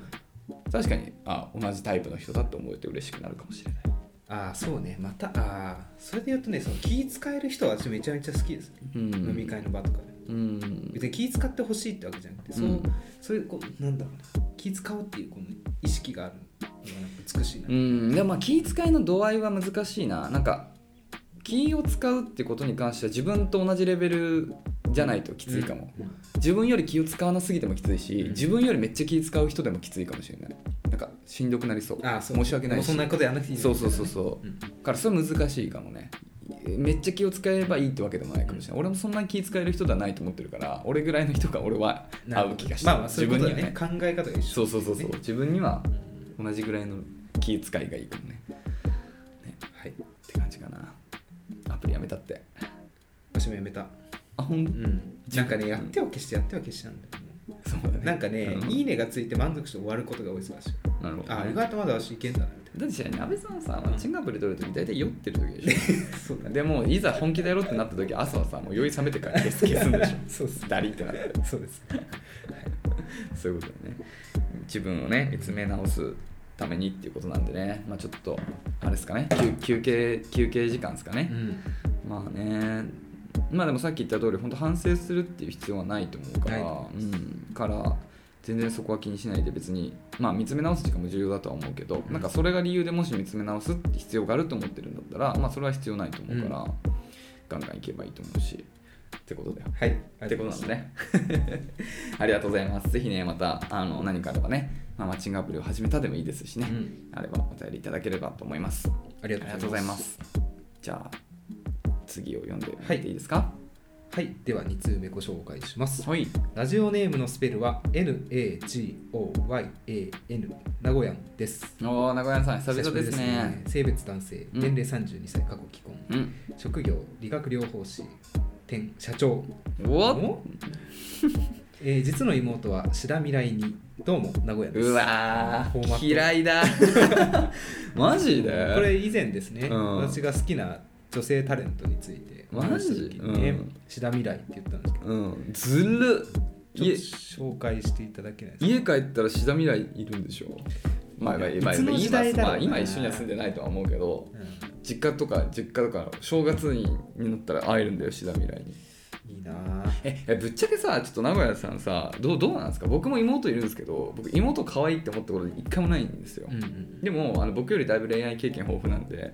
Speaker 2: 確かにあ同じタイプの人だって思えて嬉しくなるかもしれない、
Speaker 1: ああそうねまたああそれで言うとねその気使える人は私めちゃめちゃ好きです、
Speaker 2: うん、
Speaker 1: 飲み会の場とかで
Speaker 2: うん
Speaker 1: 別に気使ってほしいってわけじゃなくてそう,、
Speaker 2: うん
Speaker 1: そういうこうなんだろうな気使おうっていうこの意識があるのがなんか美しいな、
Speaker 2: うんでもまあ気遣いの度合いは難しいななんか気を使うってことに関しては自分と同じレベルじゃないときついかも、自分より気を使わなすぎてもきついし、
Speaker 1: うん
Speaker 2: 自分よりめっちゃ気使う人でもきついかもしれないなんかしんどくなりそう
Speaker 1: ああそう
Speaker 2: 申し訳ないし
Speaker 1: もうそんなことやらなくていい
Speaker 2: そうそうそうそう
Speaker 1: うん
Speaker 2: だからそれは難しいかもねめっちゃ気を使えばいいってわけでもないかもしれない、俺もそんなに気使える人ではないと思ってるから俺ぐらいの人が俺は
Speaker 1: なる
Speaker 2: 合
Speaker 1: ほど
Speaker 2: う気がして
Speaker 1: まあまあそういうことだ
Speaker 2: 自分には
Speaker 1: ね考え方が一緒
Speaker 2: そうそうそうそう、
Speaker 1: ね
Speaker 2: 自分には
Speaker 1: うん
Speaker 2: 同じぐらいの気遣いがいいかもね
Speaker 1: はい
Speaker 2: って感じかなアプリやめたって
Speaker 1: 私もやめた
Speaker 2: あほん
Speaker 1: うんなんかねやっては消してやっては消してなんだよね
Speaker 2: そうだね
Speaker 1: なんかね、
Speaker 2: うん
Speaker 1: いいねがついて満足して終わることが多いですから
Speaker 2: なるほど、
Speaker 1: あ、意外とまだ私いけんだなみ
Speaker 2: だってなべさんさマッチングアプリ取るとき大体酔ってる時でしょ
Speaker 1: たいな。そうだね。
Speaker 2: でもいざ本気でやろうってなった時朝はさもう酔い冷めてから消す消すんでし
Speaker 1: そうです
Speaker 2: ょ。ダリってなって
Speaker 1: そうです。
Speaker 2: そういうことだね自分をね見つめ直すためにっていうことなんでねまあちょっとあれですかね休休憩休憩時間ですかね、
Speaker 1: ん。
Speaker 2: まあねまあでもさっき言った通り本当反省するっていう必要はないと思うから、
Speaker 1: ないと思
Speaker 2: うん、から全然そこは気にしないで別にまあ見つめ直す時間も重要だとは思うけど、なんかそれが理由でもし見つめ直すって必要があると思ってるんだったらまあそれは必要ないと思うから、ガンガンいけばいいと思うしってことだよ。
Speaker 1: はい。
Speaker 2: ってことなんでね。 ありがとうございます。ぜひね、またあの何かあればね、まあ、マッチングアプリを始めたでもいいですしね、
Speaker 1: うん
Speaker 2: あればお便りいただければと思います。
Speaker 1: あり
Speaker 2: ありがとうございま。す。じゃあ、次を読んで
Speaker 1: はい
Speaker 2: いいですか
Speaker 1: はい。では、2通目ご紹介します。
Speaker 2: はい。
Speaker 1: ラジオネームのスペルは NAGOYAN 名古屋です。
Speaker 2: おー、名古屋さん、久
Speaker 1: 久し
Speaker 2: 々
Speaker 1: ぶり
Speaker 2: ですね。
Speaker 1: 性別男性、
Speaker 2: うん
Speaker 1: 年齢32歳、過去既婚、
Speaker 2: うん。
Speaker 1: 職業、理学療法士、店社長、
Speaker 2: おっ
Speaker 1: お えー実の妹は白未来にどうも名古屋です
Speaker 2: うわ
Speaker 1: フォーマッ
Speaker 2: ー、
Speaker 1: ト
Speaker 2: 嫌 いだ。マジで
Speaker 1: これ以前ですね、
Speaker 2: うん
Speaker 1: 私が好きな女性タレントについてお話しした時にね、
Speaker 2: マジうん
Speaker 1: シダ未来って言ったんですけど
Speaker 2: うん、ずる家
Speaker 1: ちょっと紹介していただけないですか
Speaker 2: 家帰ったらシダ未来いるんでしょまあまあ、まあ
Speaker 1: いつの時代だろうな
Speaker 2: 今まあ今一緒には住んでないとは思うけど
Speaker 1: う
Speaker 2: 実家とか実家とか正月になったら会えるんだよシダ未来に
Speaker 1: んいいなぁ
Speaker 2: ええぶっちゃけさちょっと名古屋さんさどうどうなんですか僕も妹いるんですけど僕妹可愛いって思ったこと一回もないんですよ、
Speaker 1: うんうん
Speaker 2: でもあの僕よりだいぶ恋愛経験豊富なんで、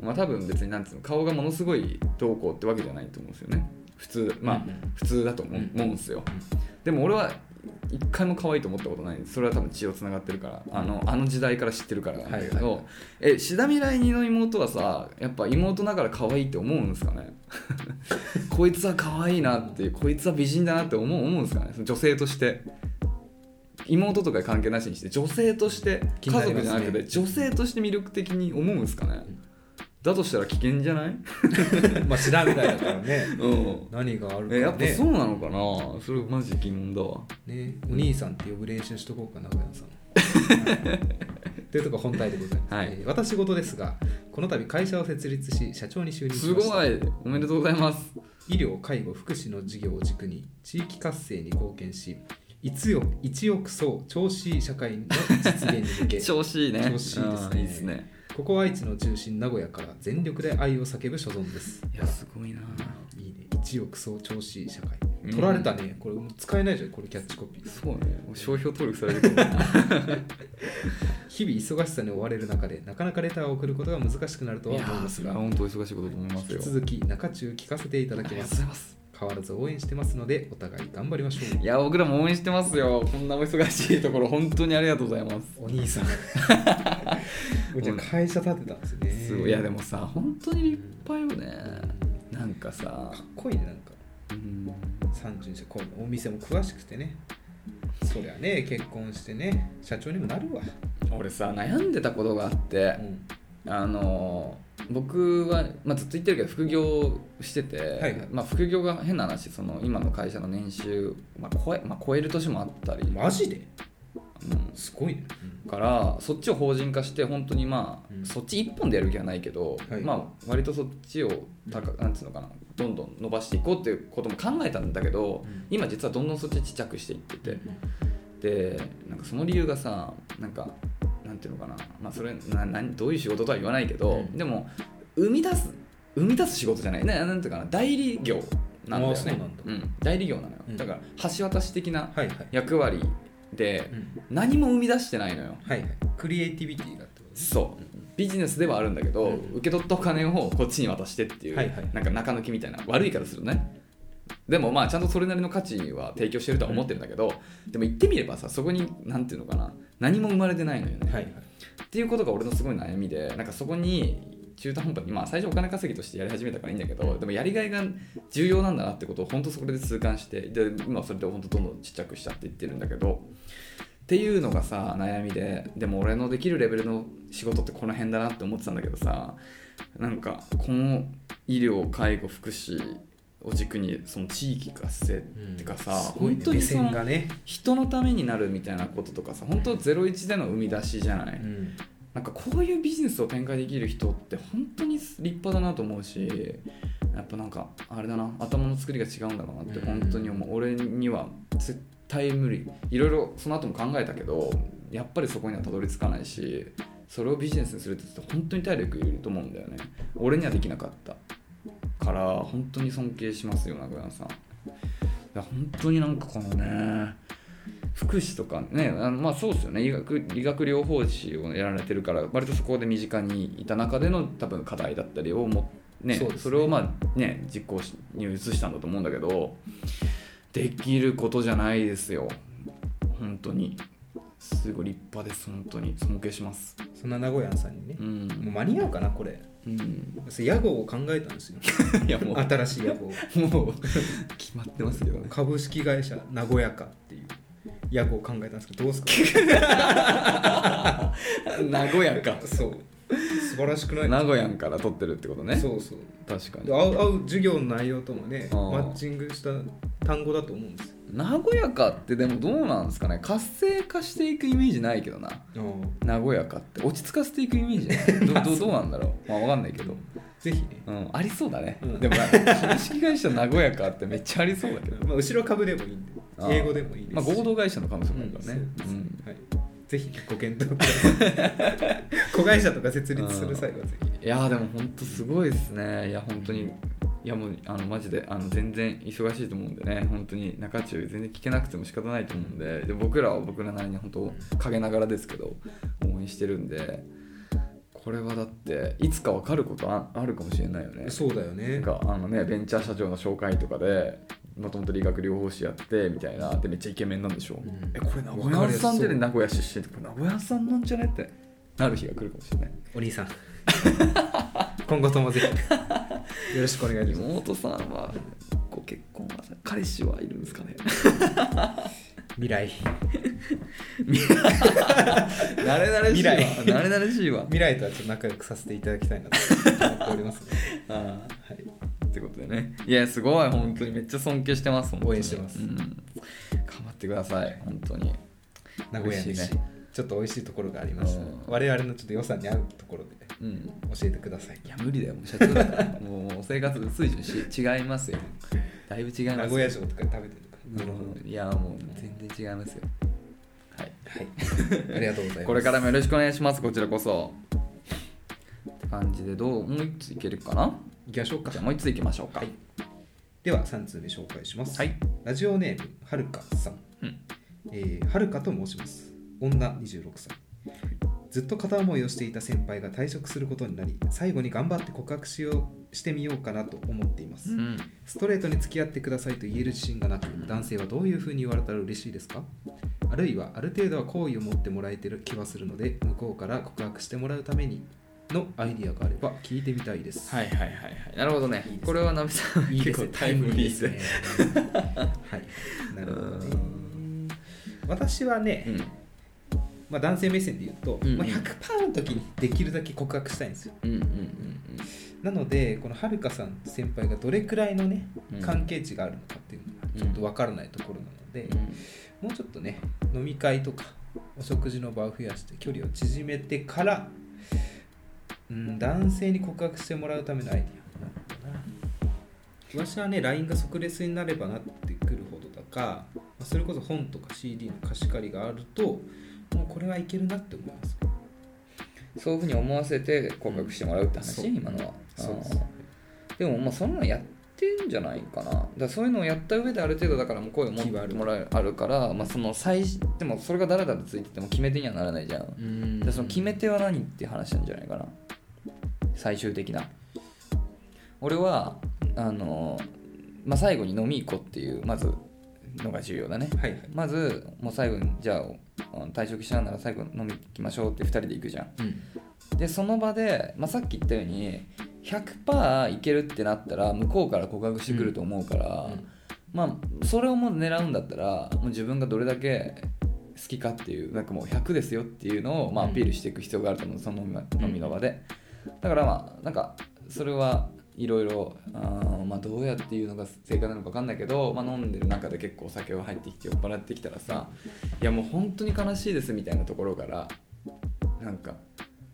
Speaker 2: まあ、多分別になんつうの顔がものすごいどうこうってわけじゃないと思うんですよね普通まあ、
Speaker 1: うんうん
Speaker 2: 普通だと思う,、
Speaker 1: うん
Speaker 2: ん、ですよでも俺は一回も可愛いと思ったことないんですそれは多分血をつながってるからあのあの時代から知ってるからなんだけど、
Speaker 1: はいはいは
Speaker 2: え志田未来にの妹はさやっぱ妹ながら可愛いって思うんですかねこいつは可愛いなっていうこいつは美人だなって思う思うんですかねその女性として妹とか関係なしにして女性として
Speaker 1: 気にな
Speaker 2: 家
Speaker 1: り
Speaker 2: 族
Speaker 1: ます
Speaker 2: じ
Speaker 1: ね
Speaker 2: ゃなくて女性として魅力的に思うんですかねだとしたら危険じゃない、
Speaker 1: まあシダ未来だからね
Speaker 2: うん、
Speaker 1: 何があるか
Speaker 2: え
Speaker 1: ね
Speaker 2: やっぱそうなのかなそれマジ疑問だわ
Speaker 1: ねお兄さんって呼ぶ練習しとこうかな名古屋さん はいというとこ本題でございます、
Speaker 2: はい
Speaker 1: えー私事ですがこの度会社を設立し社長に就任し
Speaker 2: す
Speaker 1: ました
Speaker 2: ごいおめでとうございます
Speaker 1: 医療介護福祉の事業を軸に地域活性に貢献し一億一億層調子いい社会の実現に向 け
Speaker 2: 調子いいね
Speaker 1: 調子いいですね
Speaker 2: あーいいですね
Speaker 1: ここ愛知の中心名古屋から全力で愛を叫ぶ所存です
Speaker 2: いやすごいない
Speaker 1: いね一億層調子いい社会
Speaker 2: うん
Speaker 1: 取られたね、これもう使えないじゃんこれキャッチコピー
Speaker 2: そうね商標登録されるかも
Speaker 1: 日々忙しさに追われる中でなかなかレターを送ることが難しくなるとは 思いますが
Speaker 2: 本当忙しいことだと思いま
Speaker 1: 引
Speaker 2: す
Speaker 1: き
Speaker 2: よ
Speaker 1: 続き中中聞かせていただきます
Speaker 2: ます
Speaker 1: 変わらず応援してますのでお互い頑張りましょ
Speaker 2: いや僕らも応援してますよこんなお忙しいところ本当にありがとうございます
Speaker 1: うお兄 さんうちは会社建てたんですね
Speaker 2: すごいいやでもさ本当に立派よねなんかさ
Speaker 1: かっこいいねなんか
Speaker 2: うん
Speaker 1: 30にしてこうお店も詳しくてねそりゃね結婚してね社長にもなるわ、
Speaker 2: 俺さ悩んでたことがあって
Speaker 1: うん
Speaker 2: あの僕は、まあ、ずっと言ってるけど副業してて、
Speaker 1: はい
Speaker 2: まあ、副業が変な話その今の会社の年収、まあ超えまあ、超える年もあったり、
Speaker 1: マジで
Speaker 2: うん
Speaker 1: すごいね、
Speaker 2: からそっちを法人化して本当にまあ、
Speaker 1: うん
Speaker 2: そっち一本でやる気はないけど、
Speaker 1: はい
Speaker 2: まあ割とそっちを高なんつうのかなどんどん伸ばしていこうっていうことも考えたんだけど、
Speaker 1: うん
Speaker 2: 今実はどんどんそっちちっちゃくしていっててでなんかその理由がさなんかなんていうのかな、まあ、それな何どういう仕事とは言わないけど、
Speaker 1: うん
Speaker 2: でも生み出す生み出す仕事じゃないななんていうかな代理業なんだ
Speaker 1: あ
Speaker 2: よ
Speaker 1: あそうな
Speaker 2: ね
Speaker 1: んだ
Speaker 2: うん代理業なのよ、
Speaker 1: うん
Speaker 2: だから橋渡し的な
Speaker 1: はいはい、
Speaker 2: 役割で
Speaker 1: うん
Speaker 2: 何も生み出してないのよ
Speaker 1: はいはいクリエイティビティがってことです
Speaker 2: そうビジネスではあるんだけど、
Speaker 1: うん
Speaker 2: 受け取ったお金をこっちに渡してっていう、
Speaker 1: はいはい
Speaker 2: なんか中抜きみたいな悪い言い方するとねでもまあちゃんとそれなりの価値は提供してるとは思ってるんだけど、でも言ってみればさそこに何ていうのかな何も生まれてないのよね、
Speaker 1: はいはい
Speaker 2: っていうことが俺のすごい悩みでなんかそこに中途半端にまあ最初お金稼ぎとしてやり始めたからいいんだけどでもやりがいが重要なんだなってことを本当それで痛感してで今それで本当どんどんちっちゃくしちゃっていってるんだけどっていうのがさ悩みででも俺のできるレベルの仕事ってこの辺だなって思ってたんだけどさなんかこの医療介護福祉を軸にその地域活性ってかさ、
Speaker 1: すごい
Speaker 2: 本
Speaker 1: ね
Speaker 2: 当
Speaker 1: 目
Speaker 2: にそ
Speaker 1: 線
Speaker 2: の
Speaker 1: がね、
Speaker 2: 人のためになるみたいなこととかさ本当01での生み出しじゃな
Speaker 1: う
Speaker 2: い、
Speaker 1: ん
Speaker 2: なんかこういうビジネスを展開できる人って本当に立派だなと思うしやっぱなんかあれだな頭の作りが違うんだろうなって本当に思う、俺には絶対無理いろいろその後も考えたけどやっぱりそこにはたどり着かないしそれをビジネスにするって言って本当に体力いると思うんだよね俺にはできなかったから本当に尊敬しますよ名古屋さんいや本当になんかこのね福祉とかねあのまあそうですよね医学医学療法士をやられてるから割とそこで身近にいた中での多分課題だったりをも、ね
Speaker 1: そ
Speaker 2: そう
Speaker 1: ですね
Speaker 2: れをまあね実行しに移したんだと思うんだけどできることじゃないですよ本当にすごい立派です本当に尊敬します
Speaker 1: そんな名古屋さんにね
Speaker 2: う、、
Speaker 1: もうん間に合うかなこれ
Speaker 2: うん、
Speaker 1: それ屋号を考えたんですよ
Speaker 2: いやもう
Speaker 1: 新しい屋号
Speaker 2: もう決まってますけどね
Speaker 1: 株式会社名古屋かっていう屋号を考えたんですけどどうですか
Speaker 2: 名古屋か
Speaker 1: そう素晴らしくない
Speaker 2: 名古屋から取ってるってことね
Speaker 1: そうそう
Speaker 2: 確か
Speaker 1: で
Speaker 2: に
Speaker 1: 合う合う授業の内容ともね
Speaker 2: あー
Speaker 1: マッチングした単語だと思うんですよ
Speaker 2: 名古屋かってでもどうなんですかね活性化していくイメージないけどな名古屋かって落ち着かせていくイメージじゃ ないどどどうなんだろうまあわかんないけど
Speaker 1: ぜひね、
Speaker 2: うんありそうだね、
Speaker 1: うん
Speaker 2: でもなんか株式会社名古屋かってめっちゃありそうだけど
Speaker 1: まあ、後ろ株でもいいんで
Speaker 2: あー
Speaker 1: 英語でもいいです
Speaker 2: まあ合同会社の可能性
Speaker 1: う
Speaker 2: もあ
Speaker 1: ん
Speaker 2: るか
Speaker 1: そ
Speaker 2: ら
Speaker 1: う
Speaker 2: ね
Speaker 1: です
Speaker 2: う
Speaker 1: ね
Speaker 2: ん
Speaker 1: はいぜひご検討ください子会社とか設立する際はぜひ
Speaker 2: いやーでも本当すごいですねいや本当にいやもうあのマジであの全然忙しいと思うんでね本当に中中全然聞けなくても仕方ないと思うんでで僕らは僕らなりに本当陰ながらですけど応援してるんでこれはだっていつか分かることああるかもしれないよね
Speaker 1: そうだよ
Speaker 2: な
Speaker 1: ね
Speaker 2: んかあのねベンチャー社長の紹介とかでもともと理学療法士やってみたいなでめっちゃイケメンなんでしょ、
Speaker 1: ん
Speaker 2: えこれ名古屋さんでね
Speaker 1: わ
Speaker 2: 名古屋出身ってこれ名古屋さんなんじゃねってなる日が来るかもしれない
Speaker 1: お兄さん今後ともぜひよろしくお願いします
Speaker 2: 妹さんはご結婚は彼氏はいるんですかね
Speaker 1: 未来
Speaker 2: 慣れ慣れしいわ
Speaker 1: 未
Speaker 2: 慣れ慣れしいわ
Speaker 1: 未来とはちょっと仲良くさせていただきたいなと思っております、
Speaker 2: ああ
Speaker 1: はい、
Speaker 2: ってことでねいやすごい本当にめっちゃ尊敬してます本当に
Speaker 1: 応援してます
Speaker 2: うん、頑張ってください本当に
Speaker 1: 名古屋
Speaker 2: 嬉し
Speaker 1: 飯、
Speaker 2: いね
Speaker 1: ちょっと美味しいところがありました、
Speaker 2: うん
Speaker 1: 我々のちょっと予算に合うところで
Speaker 2: うん
Speaker 1: 教えてください
Speaker 2: いや無 理だよもう社長だからもうもう生活水準し違いますよだいぶ違います
Speaker 1: 名古屋城とかで食べてるのか
Speaker 2: うんいやもう全然違いますよはい
Speaker 1: はいありがとうございます
Speaker 2: これからもよろしくお願いしますこちらこそって感じでどうもう一ついけるかな
Speaker 1: 行きましょうか
Speaker 2: じゃあもう一ついきましょうか
Speaker 1: はいでは3通目紹介します、
Speaker 2: はい
Speaker 1: ラジオネームはるかさん、
Speaker 2: うん
Speaker 1: えーはるかと申します女26歳ずっと片思いをしていた先輩が退職することになり最後に頑張って告白しようしてみようかなと思っています、
Speaker 2: うん
Speaker 1: ストレートに付き合ってくださいと言える自信がなく男性はどういうふうに言われたら嬉しいですかあるいはある程度は好意を持ってもらえてる気はするので向こうから告白してもらうためにのアイディアがあれば聞いてみたいです、
Speaker 2: はいはいはいはいなるほどねこれはなべさん
Speaker 1: いいですね
Speaker 2: 結構タイムリーですね
Speaker 1: タイムリーですねはいなるほどね私はね、
Speaker 2: うん
Speaker 1: まあ、男性目線で言うと、
Speaker 2: うんうん
Speaker 1: まあ、100%の時にできるだけ告白したいんですよ
Speaker 2: うんうん
Speaker 1: なのでこのはるかさん先輩がどれくらいのね
Speaker 2: うん
Speaker 1: 関係値があるのかっていうのがちょっとわからないところなので、
Speaker 2: うんうん
Speaker 1: もうちょっとね飲み会とかお食事の場を増やして距離を縮めてから、うん、男性に告白してもらうためのアイディアなのかな私はね LINE が即レスになればなってくるほどだかまあそれこそ本とか CD の貸し借りがあるともうこれはいけるなって思います
Speaker 2: そういうふうに思わせて告白してもらうって話、
Speaker 1: そう
Speaker 2: 今のは
Speaker 1: そうです
Speaker 2: あーでもまあそんなのやってんじゃないかなだからそういうのをやった上である程度だからもう声を持ってもらえあるから、まあ、その最でもそれがだらだらついてても決め手にはならないじゃん、だ
Speaker 1: うん
Speaker 2: からその決め手は何って話なんじゃないかな最終的な俺はあのー、まあ、最後に飲み行こうっていうまずのが重要だね
Speaker 1: はいはい、
Speaker 2: まずもう最後にじゃああの退職しななら最後飲み行きましょうって2人で行くじゃん
Speaker 1: うん、
Speaker 2: でその場で、まあ、さっき言ったように100%いけるってなったら向こうから告白してくると思うから、
Speaker 1: うん
Speaker 2: まあそれをもう狙うんだったらもう自分がどれだけ好きかっていうなんかもう100ですよっていうのを、まあ、
Speaker 1: う
Speaker 2: ア
Speaker 1: ん
Speaker 2: ピールしていく必要があると思うその飲み場
Speaker 1: ん
Speaker 2: 飲みの場でだからまあなんかそれはいろいろあーまあどうやっていうのが正解なのか分かんないけど、まあ、飲んでる中で結構お酒が入ってきて酔っ払ってきたらさいやもう本当に悲しいですみたいなところからなんか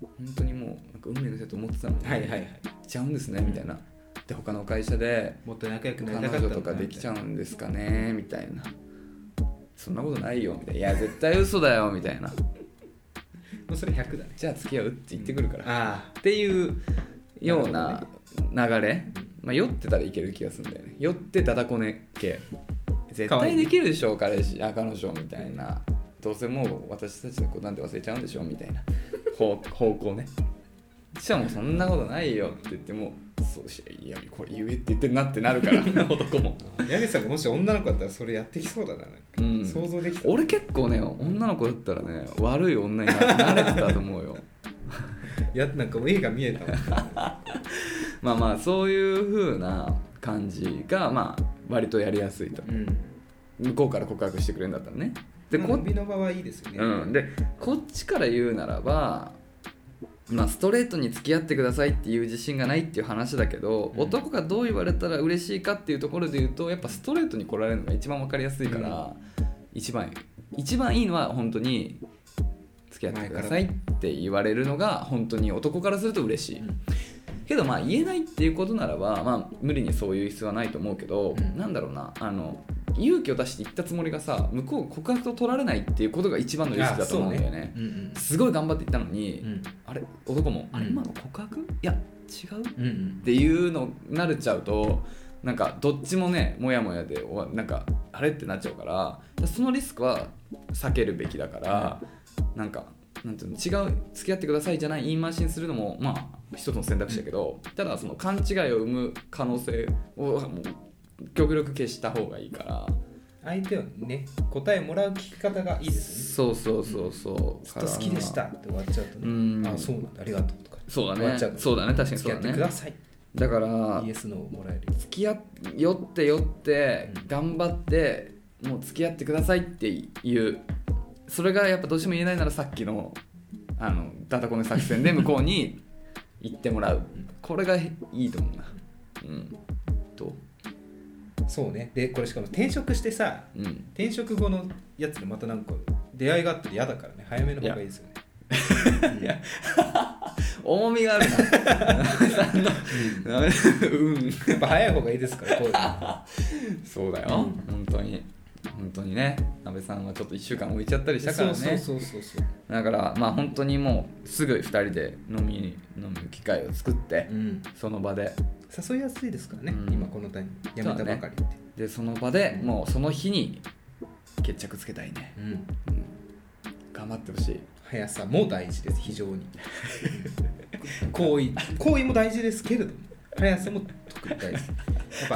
Speaker 2: 本当にもうなんか運命のせいと思ってたのに、
Speaker 1: はいはいはい
Speaker 2: 行っちゃうんですねみたいなで他の会社で
Speaker 1: もっと仲良くなり
Speaker 2: 彼
Speaker 1: たかった
Speaker 2: 女
Speaker 1: の
Speaker 2: とか
Speaker 1: な
Speaker 2: できちゃ
Speaker 1: み
Speaker 2: うんですかねみたいなそんなことないよみたいないや絶対嘘だよみたいな
Speaker 1: たいなもうそれ100だね
Speaker 2: じゃあ付き合うって言ってくるから、っ
Speaker 1: ああ
Speaker 2: ていうよう
Speaker 1: なる
Speaker 2: な流れ、まあ、酔ってたらいける気がするんだよね酔ってダダこね系絶
Speaker 1: かわい
Speaker 2: 対
Speaker 1: い
Speaker 2: できるでしょ彼氏あ彼女みたいなどうせもう私たちの子なんて忘れちゃうんでしょみたいな方方向ねしかもそんなことないよって言ってもそうしいやこれ言えって言ってるなってなるから 男も、
Speaker 1: 矢口さんがもし女の子だったらそれやってきそうだななんか
Speaker 2: うん、
Speaker 1: 想像できた
Speaker 2: 俺結構ね女の子だったらね悪い女になれてたと思うよ
Speaker 1: いやなんかもう絵が見えたもん
Speaker 2: まあまあそういう風な感じがまあ割とやりやすいと
Speaker 1: うん
Speaker 2: 向こうから告白してくれるんだったらね
Speaker 1: で
Speaker 2: で
Speaker 1: コ
Speaker 2: こ,、
Speaker 1: ンビの場はいいですよね、
Speaker 2: うん、でこっちから言うならばまあ、ストレートに付き合ってくださいっていう自信がないっていう話だけど、
Speaker 1: うん
Speaker 2: 男がどう言われたら嬉しいかっていうところで言うとやっぱストレートに来られるのが一番分かりやすいから、一番一番いいのは本当に付き合ってくださいって言われるのが本当に男からすると嬉しい、
Speaker 1: うん
Speaker 2: けどまあ言えないっていうことならば、まあ、無理にそういう必要はないと思うけど、
Speaker 1: うん
Speaker 2: なんだろうなあの勇気を出して言ったつもりがさ向こう告白と取られないっていうことが一番のリスクだと思うんだよね
Speaker 1: うんうん
Speaker 2: すごい頑張って言ったのに、
Speaker 1: うん
Speaker 2: あれ男も、あれ
Speaker 1: うん
Speaker 2: 今の告白いや違うっ
Speaker 1: うんうん
Speaker 2: ていうのになれちゃうとなんかどっちもねモヤモヤでおわなんかあれってなっちゃうからそのリスクは避けるべきだからなんかなんていうの違う付き合ってくださいじゃない言い回しにするのもまあ一つの選択肢だけど、ただその勘違いを生む可能性をもう極力消した方がいいから
Speaker 1: 相手はね答えもらう聞き方がいいですね
Speaker 2: そうそうそうそう
Speaker 1: ずっと好きでしたって終わっちゃうとね
Speaker 2: うん
Speaker 1: あそうなんだありがとうとか
Speaker 2: そうだ
Speaker 1: 終わ
Speaker 2: ね
Speaker 1: っちゃうと
Speaker 2: そうだね確かに
Speaker 1: 付
Speaker 2: そ
Speaker 1: き合
Speaker 2: うだ
Speaker 1: っ
Speaker 2: ね
Speaker 1: てください、
Speaker 2: だから
Speaker 1: イエスノーをもらえる
Speaker 2: 付き合酔って酔って
Speaker 1: うん
Speaker 2: 頑張ってもう付き合ってくださいっていうそれがやっぱどうしても言えないならさっきのあのダダコネ作戦で向こうに行ってもらうこれがいいと思うなうんと
Speaker 1: そうねでこれしかも転職してさ
Speaker 2: うん
Speaker 1: 転職後のやつでまたなんか出会いがあって嫌だからね早めの方がいいですよね
Speaker 2: 重みがあるな うん
Speaker 1: やっぱ早い方がいいですからこういうの
Speaker 2: そうだよ
Speaker 1: う
Speaker 2: 本当に本当にね安倍さんはちょっと1週間置いちゃったりしたからね
Speaker 1: そうそうそうそう
Speaker 2: だからまあ本当にもうすぐ2人で飲みに飲む機会を作って、
Speaker 1: うん
Speaker 2: その場で
Speaker 1: 誘いやすいですからね、
Speaker 2: うん
Speaker 1: 今このタイミングやめたばかりって、
Speaker 2: でその場でもうその日に決着つけたいね、
Speaker 1: うん
Speaker 2: 頑張ってほしい
Speaker 1: は速さも大事です非常 に行為行為も大事ですけれども速さも特に大事や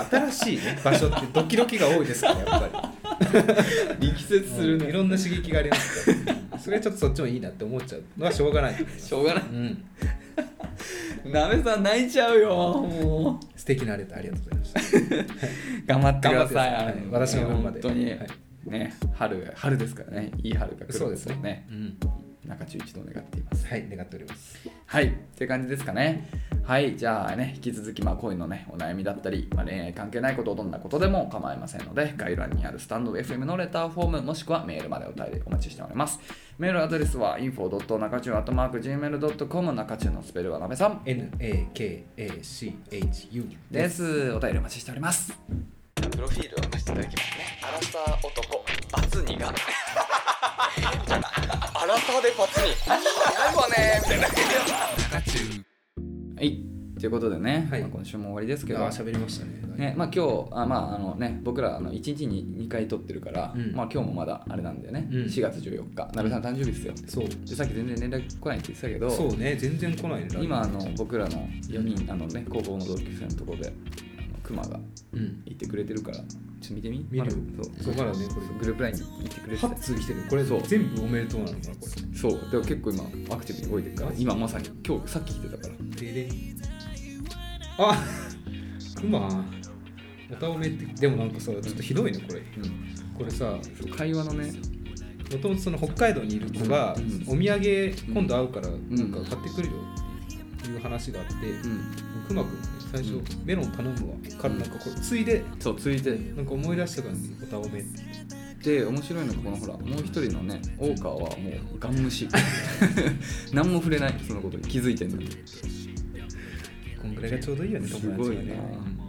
Speaker 1: っぱ新しいね、場所ってドキドキが多いですからやっぱ
Speaker 2: 力説
Speaker 1: り
Speaker 2: するね
Speaker 1: いろんな刺激がありますからそれはちょっとそっちもいいなって思っちゃうのはしょうがないと思います
Speaker 2: しょうがない
Speaker 1: うん
Speaker 2: なべさん泣いちゃうよも
Speaker 1: 素敵なレターありがとうございました
Speaker 2: う頑張ってください
Speaker 1: 頑張ってくださいはい私の分まで
Speaker 2: 本当に、
Speaker 1: はい
Speaker 2: ね春春ですからねいい春が来る
Speaker 1: そう
Speaker 2: こ
Speaker 1: です
Speaker 2: とを
Speaker 1: ね
Speaker 2: ね
Speaker 1: うん、
Speaker 2: 中中一度願っています
Speaker 1: はい願っております
Speaker 2: はいって感じですかねはいじゃあね引き続きまあ恋のねお悩みだったり、まあ、恋愛関係ないことどんなことでも構いませんので概要欄にあるスタンド FM のレターフォームもしくはメールまでお便りお待ちしておりますメールアドレスは info.nakachu.gmail.com 中中のスペルはなべさん
Speaker 1: NAKACHU
Speaker 2: ですお便りお待ちしておりますプロフィールを出していただきますねアラサー男バツ2が アラサーでバツ2ないわねみたいなはいということでね、
Speaker 1: はい
Speaker 2: まあ今週も終わりですけど
Speaker 1: ああ喋りましたね
Speaker 2: ねまあ、今日あ、まああのね、僕らあの1日に2回撮ってるから、
Speaker 1: うん
Speaker 2: まあ、今日もまだあれなんだよね、
Speaker 1: うん
Speaker 2: 4月14日なべさん誕生日ですよ
Speaker 1: そう
Speaker 2: でさっき全然連絡来ないって言ってたけど
Speaker 1: そうね全然来ないね
Speaker 2: 今あの僕らの4人あの、ね、高校の同級生のところであのクマが
Speaker 1: うん
Speaker 2: いてくれてるからちょっと見てみ
Speaker 1: 見る
Speaker 2: まだ
Speaker 1: そ
Speaker 2: そうう
Speaker 1: まだねこ
Speaker 2: グループラインに行ってくれ
Speaker 1: れ
Speaker 2: てた
Speaker 1: 8通来てるこれ
Speaker 2: そう
Speaker 1: 全部おめでとうなのかなこ
Speaker 2: そうでも結構今アクティブに動いてるから今まさに今日さっき来てたから
Speaker 1: れでであクマおたおめってでもなんかさちょっとひどいねこれ
Speaker 2: うん
Speaker 1: これさ
Speaker 2: そう会話のね
Speaker 1: もともとその北海道にいる子が
Speaker 2: うん
Speaker 1: お土産今度会うからなんか
Speaker 2: うん
Speaker 1: 買ってくるよっていう話があって
Speaker 2: うん
Speaker 1: クマくんね最初メロン頼むわからなんかこうついで
Speaker 2: そう続いて
Speaker 1: なんか思い出した感じおたおめって
Speaker 2: で面白いのがこのほらもう一人のね大川はもうガン無視 何も触れないそのことに気づいてんのに
Speaker 1: こんぐらいがちょうどいいよね
Speaker 2: す
Speaker 1: 友達
Speaker 2: ご
Speaker 1: が
Speaker 2: いな
Speaker 1: ね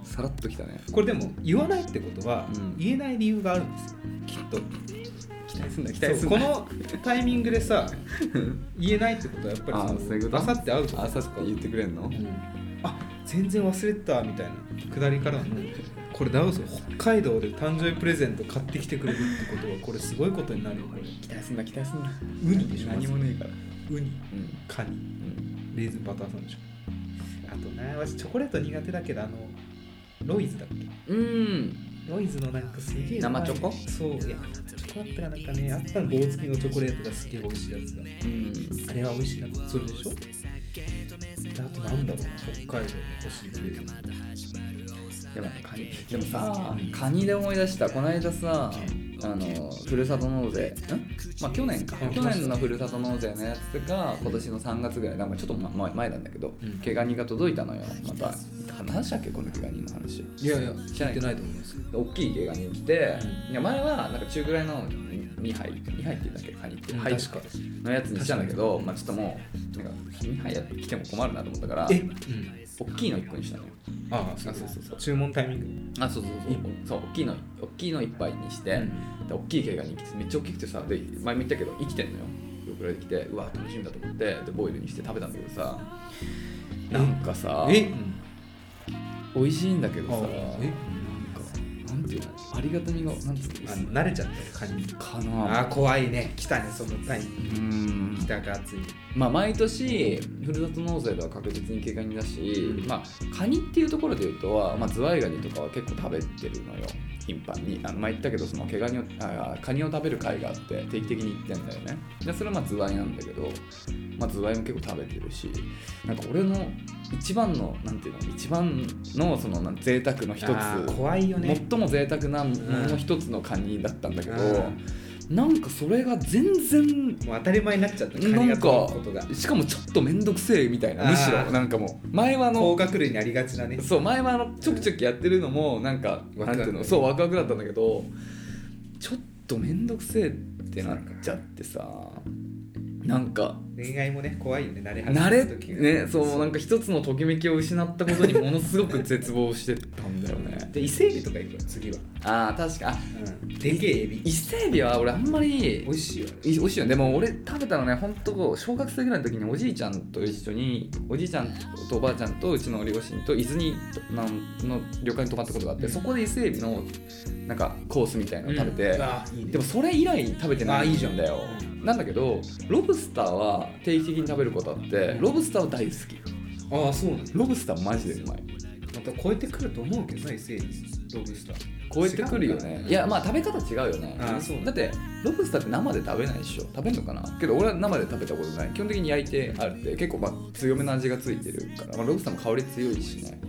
Speaker 1: うん
Speaker 2: さらっときたね
Speaker 1: これでも言わないってことは、
Speaker 2: うん
Speaker 1: 言えない理由があるんですよきっと
Speaker 2: 期待すんだ期
Speaker 1: そうこのタイミングでさ言えないってことはやっぱ
Speaker 2: あーそうい
Speaker 1: りそ
Speaker 2: うこと
Speaker 1: のあさって会うとか、
Speaker 2: あさっき言ってくれんの
Speaker 1: うんあ全然忘れてたみたいなくだりからのこれ直す北海道で誕生日プレゼント買ってきてくれるってことはこれすごいことになるよこれ
Speaker 2: 期待すんだ期待すんだ
Speaker 1: ウニでしょ
Speaker 2: 何もねえから
Speaker 1: ウニ
Speaker 2: うん
Speaker 1: カニ
Speaker 2: うん
Speaker 1: レーズンバターサンドでしょあとね私チョコレート苦手だけどあのロイズだっけ
Speaker 2: うん
Speaker 1: ロイズのなんかすげえ
Speaker 2: 生チョコ
Speaker 1: そういやチョコだったらなんかねあった棒付きのチョコレートがすげえ美味しいやつだあれは美味しいなそれでしょであとなんだろう北海道の欲しいプレゼント
Speaker 2: でもカニでもさカニで思い出したこの間さあのふるさと納税んまあ去年か
Speaker 1: うん
Speaker 2: 去年のふるさと納税のやつが今年の3月ぐらいなんかちょっとま前前なんだけど、
Speaker 1: うん
Speaker 2: 毛ガニが届いたのよまた話したっけこの毛ガニの話
Speaker 1: いやいや
Speaker 2: 知
Speaker 1: 聞
Speaker 2: らない
Speaker 1: いてないと思います
Speaker 2: 大きい毛ガニ来て、
Speaker 1: うん
Speaker 2: いや前はなんか中ぐらいの2杯2杯って言うんだっけカニって、
Speaker 1: うん
Speaker 2: はい
Speaker 1: 確か
Speaker 2: のやつにしたんだけど、まあ、ちょっともうなんか2杯やって来ても困るなと思ったから
Speaker 1: え、うん、
Speaker 2: 大きいの1個にしたのよ
Speaker 1: ああそうそうそうそう注文タイミン
Speaker 2: あそうそうそうそう大きいの大きいの1杯にして、で大きい毛ガニ来てめっちゃ大きくてさで前も言ったけど生きてんのよ送られてきてうわ楽しみだと思ってでボイルにして食べたんだけどさなんかさ
Speaker 1: グえ、うん、
Speaker 2: 美味しいんだけど
Speaker 1: あ
Speaker 2: さ
Speaker 1: え
Speaker 2: なんかなんていうのありがたみがなんていう
Speaker 1: あ
Speaker 2: の
Speaker 1: の慣れちゃったよカニ
Speaker 2: か
Speaker 1: あ
Speaker 2: な
Speaker 1: あ怖いね来たねそのタイミング
Speaker 2: うーん
Speaker 1: 来たか暑い
Speaker 2: まあ毎年ふるさと納税では確実に毛ガニだし、
Speaker 1: うん
Speaker 2: まあ、カニっていうところでいうとは、まあ、ズワイガニとかは結構食べてるのよ頻繁にあの前言ったけどその毛ガニをあカニを食べる会があって定期的に行ってんだよねでそれはまあズワイなんだけど、まあ、ズワイも結構食べてるしなんか俺の一番のなんていうの一番のそのなん贅沢の一つ
Speaker 1: あー怖いよね
Speaker 2: 最も贅沢なものの一つのカニだったんだけど、なんかそれが全然
Speaker 1: もう当たり前になっちゃったカニ
Speaker 2: な
Speaker 1: が
Speaker 2: ん
Speaker 1: 取る
Speaker 2: か
Speaker 1: ことが
Speaker 2: しかもちょっと面倒くせえみたいなむし
Speaker 1: あ
Speaker 2: ろ
Speaker 1: ー
Speaker 2: なんかもう前はあ
Speaker 1: 甲
Speaker 2: の
Speaker 1: 殻類にありがちなね
Speaker 2: そう前はあのちょくちょくやってるのもなんか
Speaker 1: ワクワク
Speaker 2: なんていうのそうワクワクだったんだけどちょっと面倒くせえってなっちゃってさなんか
Speaker 1: 恋愛もね怖いよね慣れ始
Speaker 2: 慣
Speaker 1: め
Speaker 2: れ
Speaker 1: た時が
Speaker 2: ねそうなんか一つのときめきを失ったことにものすごく絶望してたんだよね
Speaker 1: で伊勢エビとか行くよ次は、
Speaker 2: ああ確かあ
Speaker 1: うん、でけえエビ
Speaker 2: 伊勢海老は俺あんまり
Speaker 1: 美味しいよね
Speaker 2: い美味しいよねでも俺食べたのねほんとこう小学生ぐらいの時におじいちゃんと一緒におじいちゃんとおばあちゃんとうちの両親と伊豆になんの旅館に泊まったことがあって、
Speaker 1: うん
Speaker 2: そこで伊勢海老のなんかコースみたいなのを食べて、
Speaker 1: ああいいね
Speaker 2: でもそれ以来食べてないんだよ
Speaker 1: うん
Speaker 2: なんだけどロブスターは定期的に食べることあってロブスターは大好き
Speaker 1: ああそうなんだ
Speaker 2: ロブスターマジでうまい
Speaker 1: また超えてくると思うけどな伊勢海老ロブスター
Speaker 2: 超えてくるよねいやまあ食べ方違うよね
Speaker 1: あそう
Speaker 2: だってロブスターって生で食べないでしょ食べんのかなけど俺は生で食べたことない基本的に焼いてあるって結構まあ強めの味がついてるから、まあ、ロブスターも香り強いしね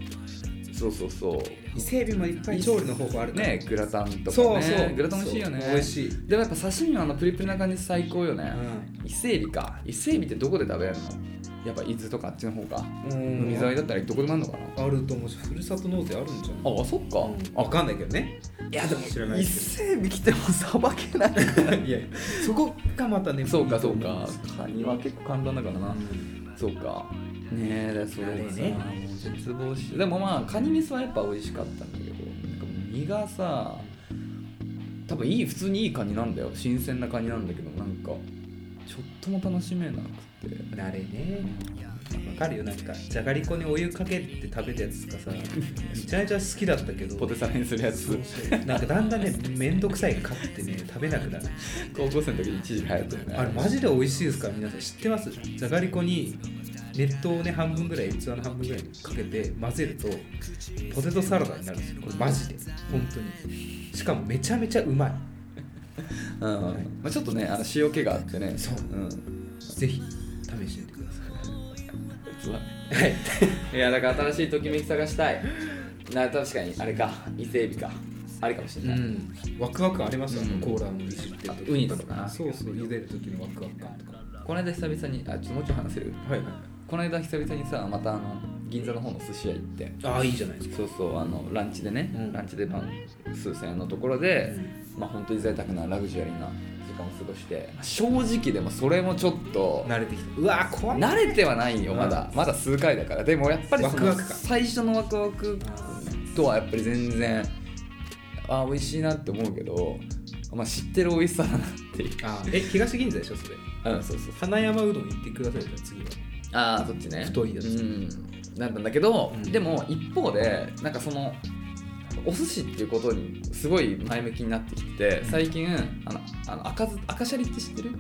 Speaker 2: そうそうそう
Speaker 1: 伊勢海老もいっぱい調理の方法あるから
Speaker 2: ねグラタンとかね
Speaker 1: そうそう
Speaker 2: グラタン美味しいよね
Speaker 1: そう美味しい
Speaker 2: でもやっぱ刺身のあのプリプリな感じ最高よね、伊勢海老か伊勢海老ってどこで食べるのやっぱ伊豆とかあっちの方か
Speaker 1: うん
Speaker 2: 海沿いだったらどこでもあるのかな
Speaker 1: あると思うしふるさと納税あるんじゃない
Speaker 2: ああそっか、
Speaker 1: あ分かんないけどね
Speaker 2: いやでも
Speaker 1: 知らない
Speaker 2: 伊
Speaker 1: けど
Speaker 2: 勢海老来てもさばけない
Speaker 1: いやそこがまたね
Speaker 2: そうか
Speaker 1: いいと
Speaker 2: そう
Speaker 1: 思ん
Speaker 2: か
Speaker 1: ですよ
Speaker 2: カニは結構簡単だからな、
Speaker 1: うん
Speaker 2: そうかねえだからそれ
Speaker 1: あれね
Speaker 2: さ、もう絶望しでもまあカニ味噌はやっぱ美味しかったんだけどなんかもう身がさ多分いい普通にいいカニなんだよ新鮮なカニなんだけどなんかちょっとも楽しめなくて
Speaker 1: 慣れねわかるよなんかじゃがりこにお湯かけて食べるやつとかさめちゃめちゃ好きだったけど
Speaker 2: ポテサラにするやつ
Speaker 1: なんかだんだんねめんどくさいかってね食べなくなる
Speaker 2: 高校生の時一時流行ったよね
Speaker 1: あれマジで美味しいですから皆さん知ってますじゃがりこに熱湯をね半分ぐらい器の半分ぐらいにかけて混ぜるとポテトサラダになるんですよこれマジで本当にしかもめちゃめちゃうまい
Speaker 2: うんまあ、ちょっとねあの塩気があってね
Speaker 1: そうんぜひ試してみてくださ
Speaker 2: そうだねいやだから新しいときめき探したいな確かにあれか伊勢海老かあれかもしれ
Speaker 1: い
Speaker 2: ない、
Speaker 1: んワクワクありますよ、
Speaker 2: うん
Speaker 1: コーラのビシってる時
Speaker 2: あウニとかな
Speaker 1: そうそう茹でる時のワクワク感とか
Speaker 2: この間久々にあちょっともうちょい話せる
Speaker 1: はいはい
Speaker 2: この間久々にさまたあの銀座の方の寿司屋行って
Speaker 1: ああいいじゃないですか
Speaker 2: そうそうあのランチでね、
Speaker 1: うん
Speaker 2: ランチで、まあ、数千円のところで、まあ本当に贅沢なラグジュアリーな時間を過ごして正直でもそれもちょっと
Speaker 1: 慣れてきたうわー怖い
Speaker 2: 慣れてはないよまだ、まだ数回だからでもやっぱりその
Speaker 1: ワクワク感
Speaker 2: 最初のワクワクとはやっぱり全然あー美味しいなって思うけど、まあ、知ってる美味しさだなっていう
Speaker 1: あーえ東銀座でしょそれ
Speaker 2: うんそうそう
Speaker 1: 花山うどん行ってくださいじゃあ次は
Speaker 2: ああそっちね
Speaker 1: 太いやつ
Speaker 2: うんなんだけど、
Speaker 1: うん
Speaker 2: でも一方でなんかそのお寿司っていうことにすごい前向きになってきて最近あのあの赤ず赤シャリって知ってる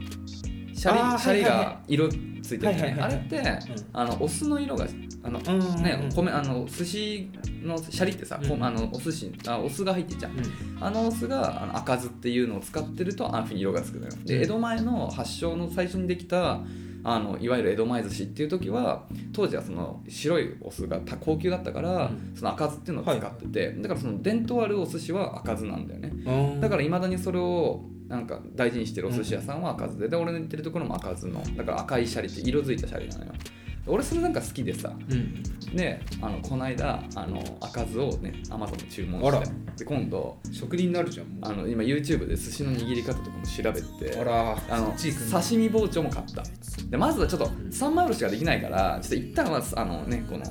Speaker 2: シャリ,、
Speaker 1: あー
Speaker 2: シャ
Speaker 1: はいは
Speaker 2: リ
Speaker 1: い
Speaker 2: が色ついてるじゃな
Speaker 1: は
Speaker 2: い,、
Speaker 1: いはいはい
Speaker 2: あれって、
Speaker 1: うん
Speaker 2: あのお酢の色があの
Speaker 1: うんうんうん
Speaker 2: ね、米あの寿司のシャリってさ、こ
Speaker 1: うん
Speaker 2: あのお寿司あお酢が入ってんじゃん、
Speaker 1: う
Speaker 2: あのお酢があの赤酢っていうのを使ってるとああいうふうに色がつくのよ
Speaker 1: うん
Speaker 2: で江戸前の発祥の最初にできたあのいわゆる江戸前寿司っていう時は当時はその白いお酢がた高級だったから、
Speaker 1: うん
Speaker 2: その赤酢っていうのを使ってて、だからその伝統あるお寿司は赤酢なんだよねだかららいまだにそれをなんか大事にしてるお寿司屋さんは赤酢でで俺の行ってるところも赤酢のだから赤いシャリって色づいたシャリなのよ俺それなんか好きでさ
Speaker 1: うん
Speaker 2: であのこの間あの赤酢をねアマゾンで注文
Speaker 1: あら
Speaker 2: してで今度
Speaker 1: 職人になるじゃんも
Speaker 2: あ
Speaker 1: う
Speaker 2: の今 YouTube で寿司の握り方とかも調べて
Speaker 1: あら
Speaker 2: あの
Speaker 1: チーズ
Speaker 2: 刺身包丁も買ったでまずはちょっと三枚おろしができないからちょっと一旦はあのねこの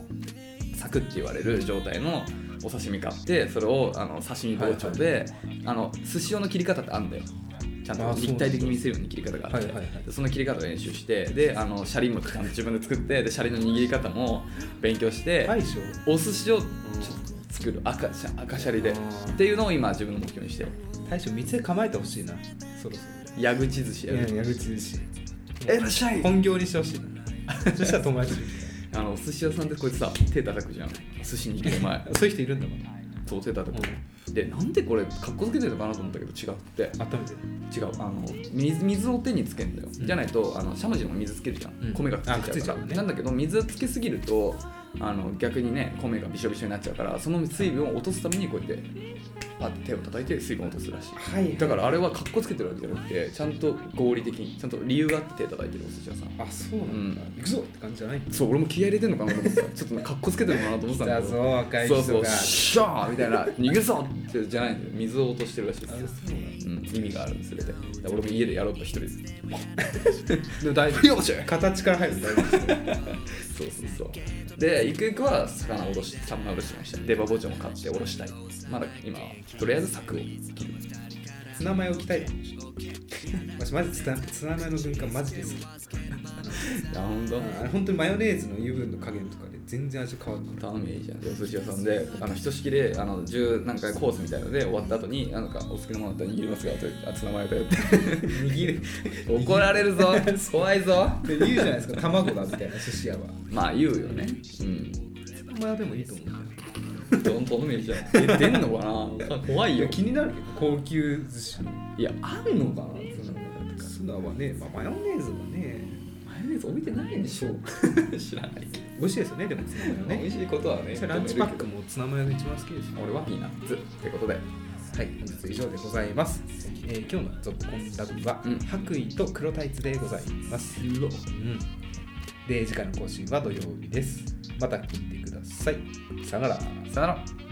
Speaker 2: サクって言われる状態のお刺身買ってそれをあの刺身包丁で、あの寿司用の切り方ってあるんだよちゃん
Speaker 1: あ
Speaker 2: と
Speaker 1: そう
Speaker 2: 立体的に見せるように切り方があって
Speaker 1: はいはいはい
Speaker 2: でその切り方を練習してであのシャリもちゃんと自分で作ってでシャリの握り方も勉強して、
Speaker 1: 大将
Speaker 2: お寿司をちょっと作る赤シャ赤シャリで
Speaker 1: あー
Speaker 2: っていうのを今自分の目標にしてる
Speaker 1: 大将店構えてほしいなそろそ
Speaker 2: 矢口寿司
Speaker 1: ろ
Speaker 2: やる
Speaker 1: やるつし
Speaker 2: えらっしゃい
Speaker 1: 本業にしてほしいなそしたら友達
Speaker 2: あのお寿司屋さんでこいつさ手叩くじゃん寿司に行く前
Speaker 1: そういう人いるんだもん
Speaker 2: そう手叩く、でなんでこれかっこつけてるのかなと思ったけど違って
Speaker 1: 温めて
Speaker 2: 違うあの水水を手につけんだよ、
Speaker 1: うん
Speaker 2: じゃないとあのしゃもじも水つけるじゃん、
Speaker 1: うん
Speaker 2: 米がくっついちゃ
Speaker 1: あ
Speaker 2: うか
Speaker 1: くっ
Speaker 2: ら
Speaker 1: ついちゃうからね
Speaker 2: なんだけど水をつけすぎるとあの逆にね米がびしょびしょになっちゃうからその水分を落とすためにこうやってパッて手を叩いて水分を落とすらしい
Speaker 1: はい
Speaker 2: だからあれはかっこつけてるわけじゃなくてちゃんと合理的にちゃんと理由があって手叩いてるお寿司屋さん
Speaker 1: あそうなんだ
Speaker 2: うん
Speaker 1: 行くぞって感じじゃない
Speaker 2: そう俺も気合い入れてんのかなと思ってたちょっとなんかかっこつけてるのかなと思ってたんだけど
Speaker 1: 若
Speaker 2: そうそうシャーみたいな逃げそうってじゃないんだよ水を落としてるらしいです
Speaker 1: あそうなんだ
Speaker 2: うん、意味があるんですべてだから俺も家でやろうと一人で
Speaker 1: でも大丈
Speaker 2: よっしゃ
Speaker 1: 夫形から入るの大丈夫です
Speaker 2: そうそうそうでゆくゆくは魚おろし三枚おろしました出刃包丁も買っておろしたいまだ今はとりあえず柵を切る
Speaker 1: ツナマヨ置きたいわしマジツナツナマヨの軍艦マジです
Speaker 2: あ本当
Speaker 1: あれ本当にマヨネーズの油分の加減とかで全然味変わる
Speaker 2: 頼めばいいじゃんじゃあお寿司屋さんであのひとしきであの10何回コースみたいので終わった後になんかお好きなものだったら握りますがとあつ名前だよって
Speaker 1: 握る
Speaker 2: 怒られるぞ怖いぞ
Speaker 1: で言うじゃないですか卵だみたいな寿司屋は
Speaker 2: まあ言うよねうん
Speaker 1: まあでもいいと思うけ
Speaker 2: どん頼めばいいじゃんえ出んのかな怖い
Speaker 1: ど
Speaker 2: よ
Speaker 1: 気になるけど高級寿司
Speaker 2: いやあんのかなそんなこと
Speaker 1: ツナはね、まあ、マヨネーズはね
Speaker 2: マヨネーズ置いてないでしょ 知らないけど
Speaker 1: 美味しいですよねでもツナマヨ
Speaker 2: 美味
Speaker 1: ね
Speaker 2: しいことはね
Speaker 1: 私はランチパックもツナマヨが一番好きです
Speaker 2: 俺はピーナッツってことで
Speaker 1: はい本日以上でございます、えー今日の「ゾッコンラブは」
Speaker 2: うん
Speaker 1: 白衣と黒タイツでございますうんで次回の更新は土曜日ですまた聞いてくださいさよなら
Speaker 2: さよなら